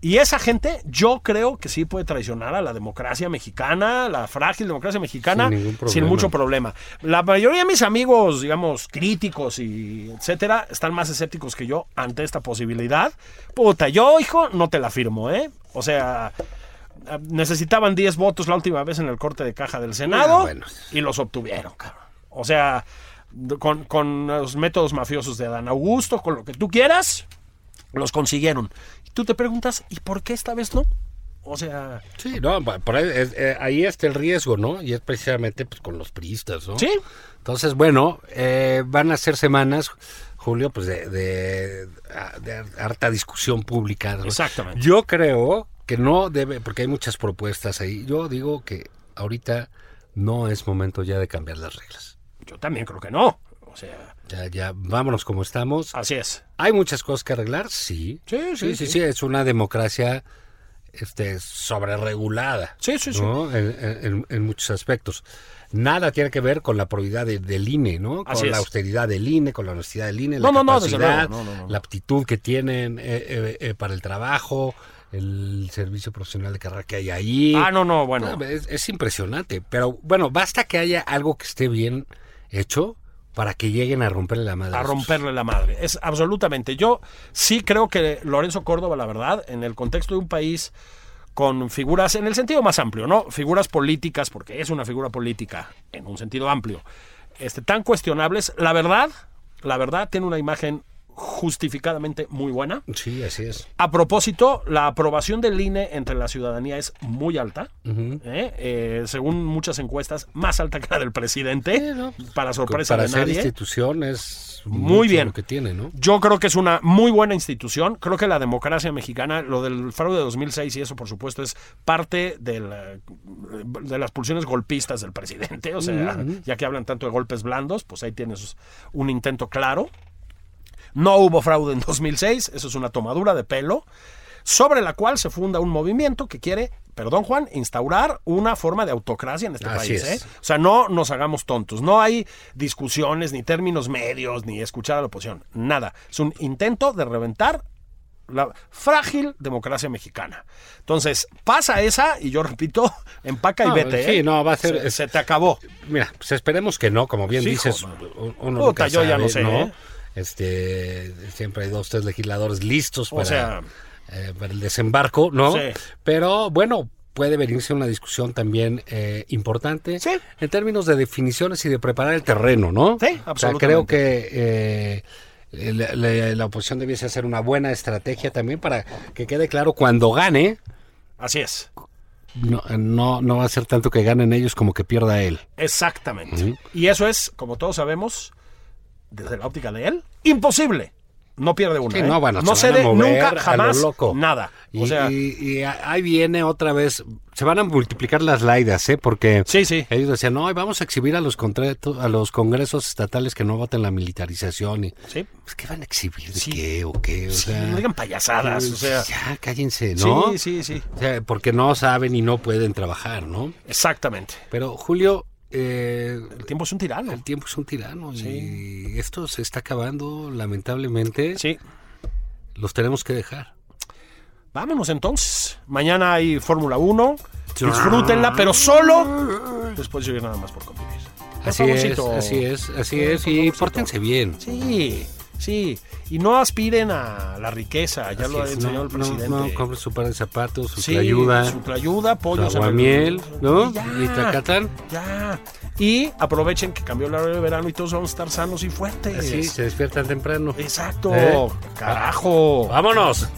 Speaker 2: Y esa gente yo creo que sí puede traicionar a la democracia mexicana, la frágil democracia mexicana,
Speaker 1: Sin ningún
Speaker 2: sin,
Speaker 1: problema.
Speaker 2: mucho problema. La mayoría de mis amigos, digamos, críticos y etcétera, están más escépticos que yo ante esta posibilidad. Puta, yo, hijo, no te la firmo, ¿eh? O sea, necesitaban 10 votos la última vez en el corte de caja del Senado
Speaker 1: Ah, bueno.
Speaker 2: y los obtuvieron, cabrón. O sea, con, con los métodos mafiosos de Adán Augusto, con lo que tú quieras, los consiguieron. Y tú te preguntas, ¿y por qué esta vez no? O sea,
Speaker 1: Sí, no, pa- por ahí, es- eh, ahí está el riesgo, ¿no? Y es precisamente pues, con los priistas, ¿no?
Speaker 2: Sí.
Speaker 1: Entonces, bueno, eh, van a ser semanas, Julio, pues de, de- a- de harta discusión pública. ¿no?
Speaker 2: Exactamente.
Speaker 1: Yo creo que no debe, porque hay muchas propuestas ahí. Yo digo que ahorita no es momento ya de cambiar las reglas.
Speaker 2: yo también creo que no. O sea,
Speaker 1: Ya, ya, vámonos como estamos.
Speaker 2: así es.
Speaker 1: ¿Hay muchas cosas que arreglar? Ah. Sí.
Speaker 2: Sí, sí,
Speaker 1: sí, sí. es una democracia este, sobreregulada.
Speaker 2: Sí, sí, sí.
Speaker 1: ¿no? En, en- en muchos aspectos. Nada tiene que ver con la probidad de- del INE, ¿no? Con
Speaker 2: Así es.
Speaker 1: la austeridad del INE, con la honestidad del INE,
Speaker 2: No,
Speaker 1: la
Speaker 2: no, no, desde
Speaker 1: capacidad,
Speaker 2: luego, no, no, no.
Speaker 1: la aptitud que tienen eh, eh, eh, para el trabajo, el servicio profesional de carrera que hay ahí.
Speaker 2: Ah, no, no, bueno.
Speaker 1: No, es, es impresionante, pero bueno, basta que haya algo que esté bien hecho para que lleguen a romperle la madre.
Speaker 2: A
Speaker 1: estos.
Speaker 2: romperle la madre. Es absolutamente. Yo sí creo que Lorenzo Córdoba, la verdad, en el contexto de un país con figuras, en el sentido más amplio, ¿no? Figuras políticas, porque es una figura política, en un sentido amplio, este, tan cuestionables, la verdad, la verdad, tiene una imagen justificadamente muy buena.
Speaker 1: Sí, así es.
Speaker 2: A propósito, la aprobación del INE entre la ciudadanía es muy alta. ¿eh? Eh, según muchas encuestas, más alta que la del presidente. Para sorpresa
Speaker 1: Para
Speaker 2: de
Speaker 1: ser
Speaker 2: nadie.
Speaker 1: institución es
Speaker 2: Muy
Speaker 1: mucho
Speaker 2: bien.
Speaker 1: lo que tiene, ¿no?
Speaker 2: Yo creo que es una muy buena institución. Creo que la democracia mexicana, lo del fraude de 2006 y eso, por supuesto, es parte de, la- de las pulsiones golpistas del presidente. O sea, ya que hablan tanto de golpes blandos, pues ahí tienes un intento claro. No hubo fraude en 2006, eso es una tomadura de pelo, sobre la cual se funda un movimiento que quiere, perdón Juan, instaurar una forma de autocracia en este
Speaker 1: Así
Speaker 2: país.
Speaker 1: es.
Speaker 2: ¿eh? O sea, no nos hagamos tontos, no hay discusiones, ni términos medios, ni escuchar a la oposición, nada. Es un intento de reventar la frágil democracia mexicana. Entonces, pasa esa y yo repito, [LAUGHS] empaca y
Speaker 1: No,
Speaker 2: vete.
Speaker 1: sí,
Speaker 2: ¿eh?
Speaker 1: no, va a ser-
Speaker 2: Se, se te acabó.
Speaker 1: Mira, pues esperemos que no, como bien
Speaker 2: Sí,
Speaker 1: dices,
Speaker 2: hijo,
Speaker 1: u- uno
Speaker 2: Puta,
Speaker 1: nunca
Speaker 2: yo ya
Speaker 1: sabe,
Speaker 2: no sé, ¿eh?
Speaker 1: Este, siempre hay dos, tres legisladores listos
Speaker 2: O
Speaker 1: para,
Speaker 2: sea-
Speaker 1: eh, para el desembarco, ¿no?
Speaker 2: Sí.
Speaker 1: Pero bueno, puede venirse una discusión también eh, importante
Speaker 2: Sí.
Speaker 1: en términos de definiciones y de preparar el terreno, ¿no?
Speaker 2: Sí,
Speaker 1: O sea,
Speaker 2: absolutamente.
Speaker 1: creo que eh, la, la- la oposición debiese hacer una buena estrategia también para que quede claro cuando gane,
Speaker 2: Así es.
Speaker 1: no, no, no va a ser tanto que ganen ellos como que pierda él.
Speaker 2: Exactamente. Y eso es, como todos sabemos, desde la óptica de él, imposible. No pierde una.
Speaker 1: Sí,
Speaker 2: ¿eh?
Speaker 1: no, bueno, se van a
Speaker 2: cede
Speaker 1: mover a
Speaker 2: nunca,
Speaker 1: lo
Speaker 2: jamás,
Speaker 1: loco.
Speaker 2: nada.
Speaker 1: Y,
Speaker 2: o sea,
Speaker 1: y- y a- ahí viene otra vez, se van a multiplicar las laidas, ¿eh? Porque
Speaker 2: Sí, sí.
Speaker 1: ellos decían, no, vamos a exhibir a los contratos, a los congresos estatales que no voten la militarización. Y,
Speaker 2: sí,
Speaker 1: pues, ¿Qué van a exhibir? ¿De
Speaker 2: Sí.
Speaker 1: qué o qué? O
Speaker 2: sí,
Speaker 1: sea,
Speaker 2: no digan payasadas.
Speaker 1: pues,
Speaker 2: O sea,
Speaker 1: ya, cállense, ¿no?
Speaker 2: sí, sí, sí.
Speaker 1: O sea, porque no saben y no pueden trabajar, ¿no?
Speaker 2: Exactamente.
Speaker 1: Pero, Julio, eh,
Speaker 2: El tiempo es un tirano.
Speaker 1: el tiempo es un tirano y esto se está acabando, lamentablemente.
Speaker 2: Sí.
Speaker 1: Los tenemos que dejar.
Speaker 2: Vámonos entonces. Mañana hay Fórmula 1. Disfrútenla, pero solo después de oír nada más por convivir. Por
Speaker 1: Así es,
Speaker 2: favorcito.
Speaker 1: así es, así es, y pórtense bien.
Speaker 2: Sí, sí. Y no aspiren a la riqueza, ya lo ha
Speaker 1: Así es,
Speaker 2: enseñado
Speaker 1: no,
Speaker 2: el
Speaker 1: no,
Speaker 2: presidente.
Speaker 1: no, compren su par de zapatos, su
Speaker 2: Sí,
Speaker 1: tlayuda,
Speaker 2: Su tlayuda,
Speaker 1: Pues su
Speaker 2: pollo.
Speaker 1: aguamiel, ¿no? Y tacatán.
Speaker 2: Ya. Y aprovechen que cambió el horario de verano y todos vamos a estar sanos y fuertes.
Speaker 1: Así se despiertan temprano.
Speaker 2: Exacto.
Speaker 1: ¿Eh?
Speaker 2: Carajo.
Speaker 1: ¡Vámonos!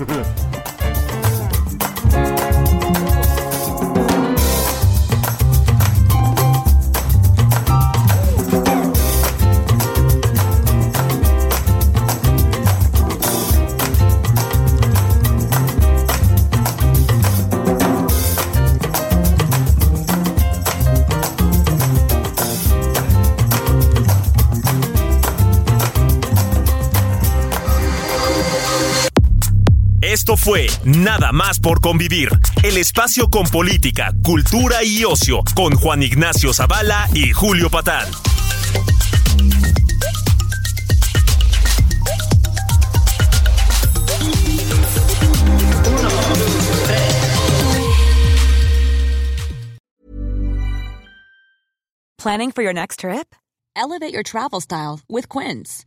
Speaker 3: Esto fue Nada más por convivir, el espacio con política, cultura y ocio, con Juan Ignacio Zavala y Julio Patán.
Speaker 5: Planning for your next trip? Elevate your travel style with Quince.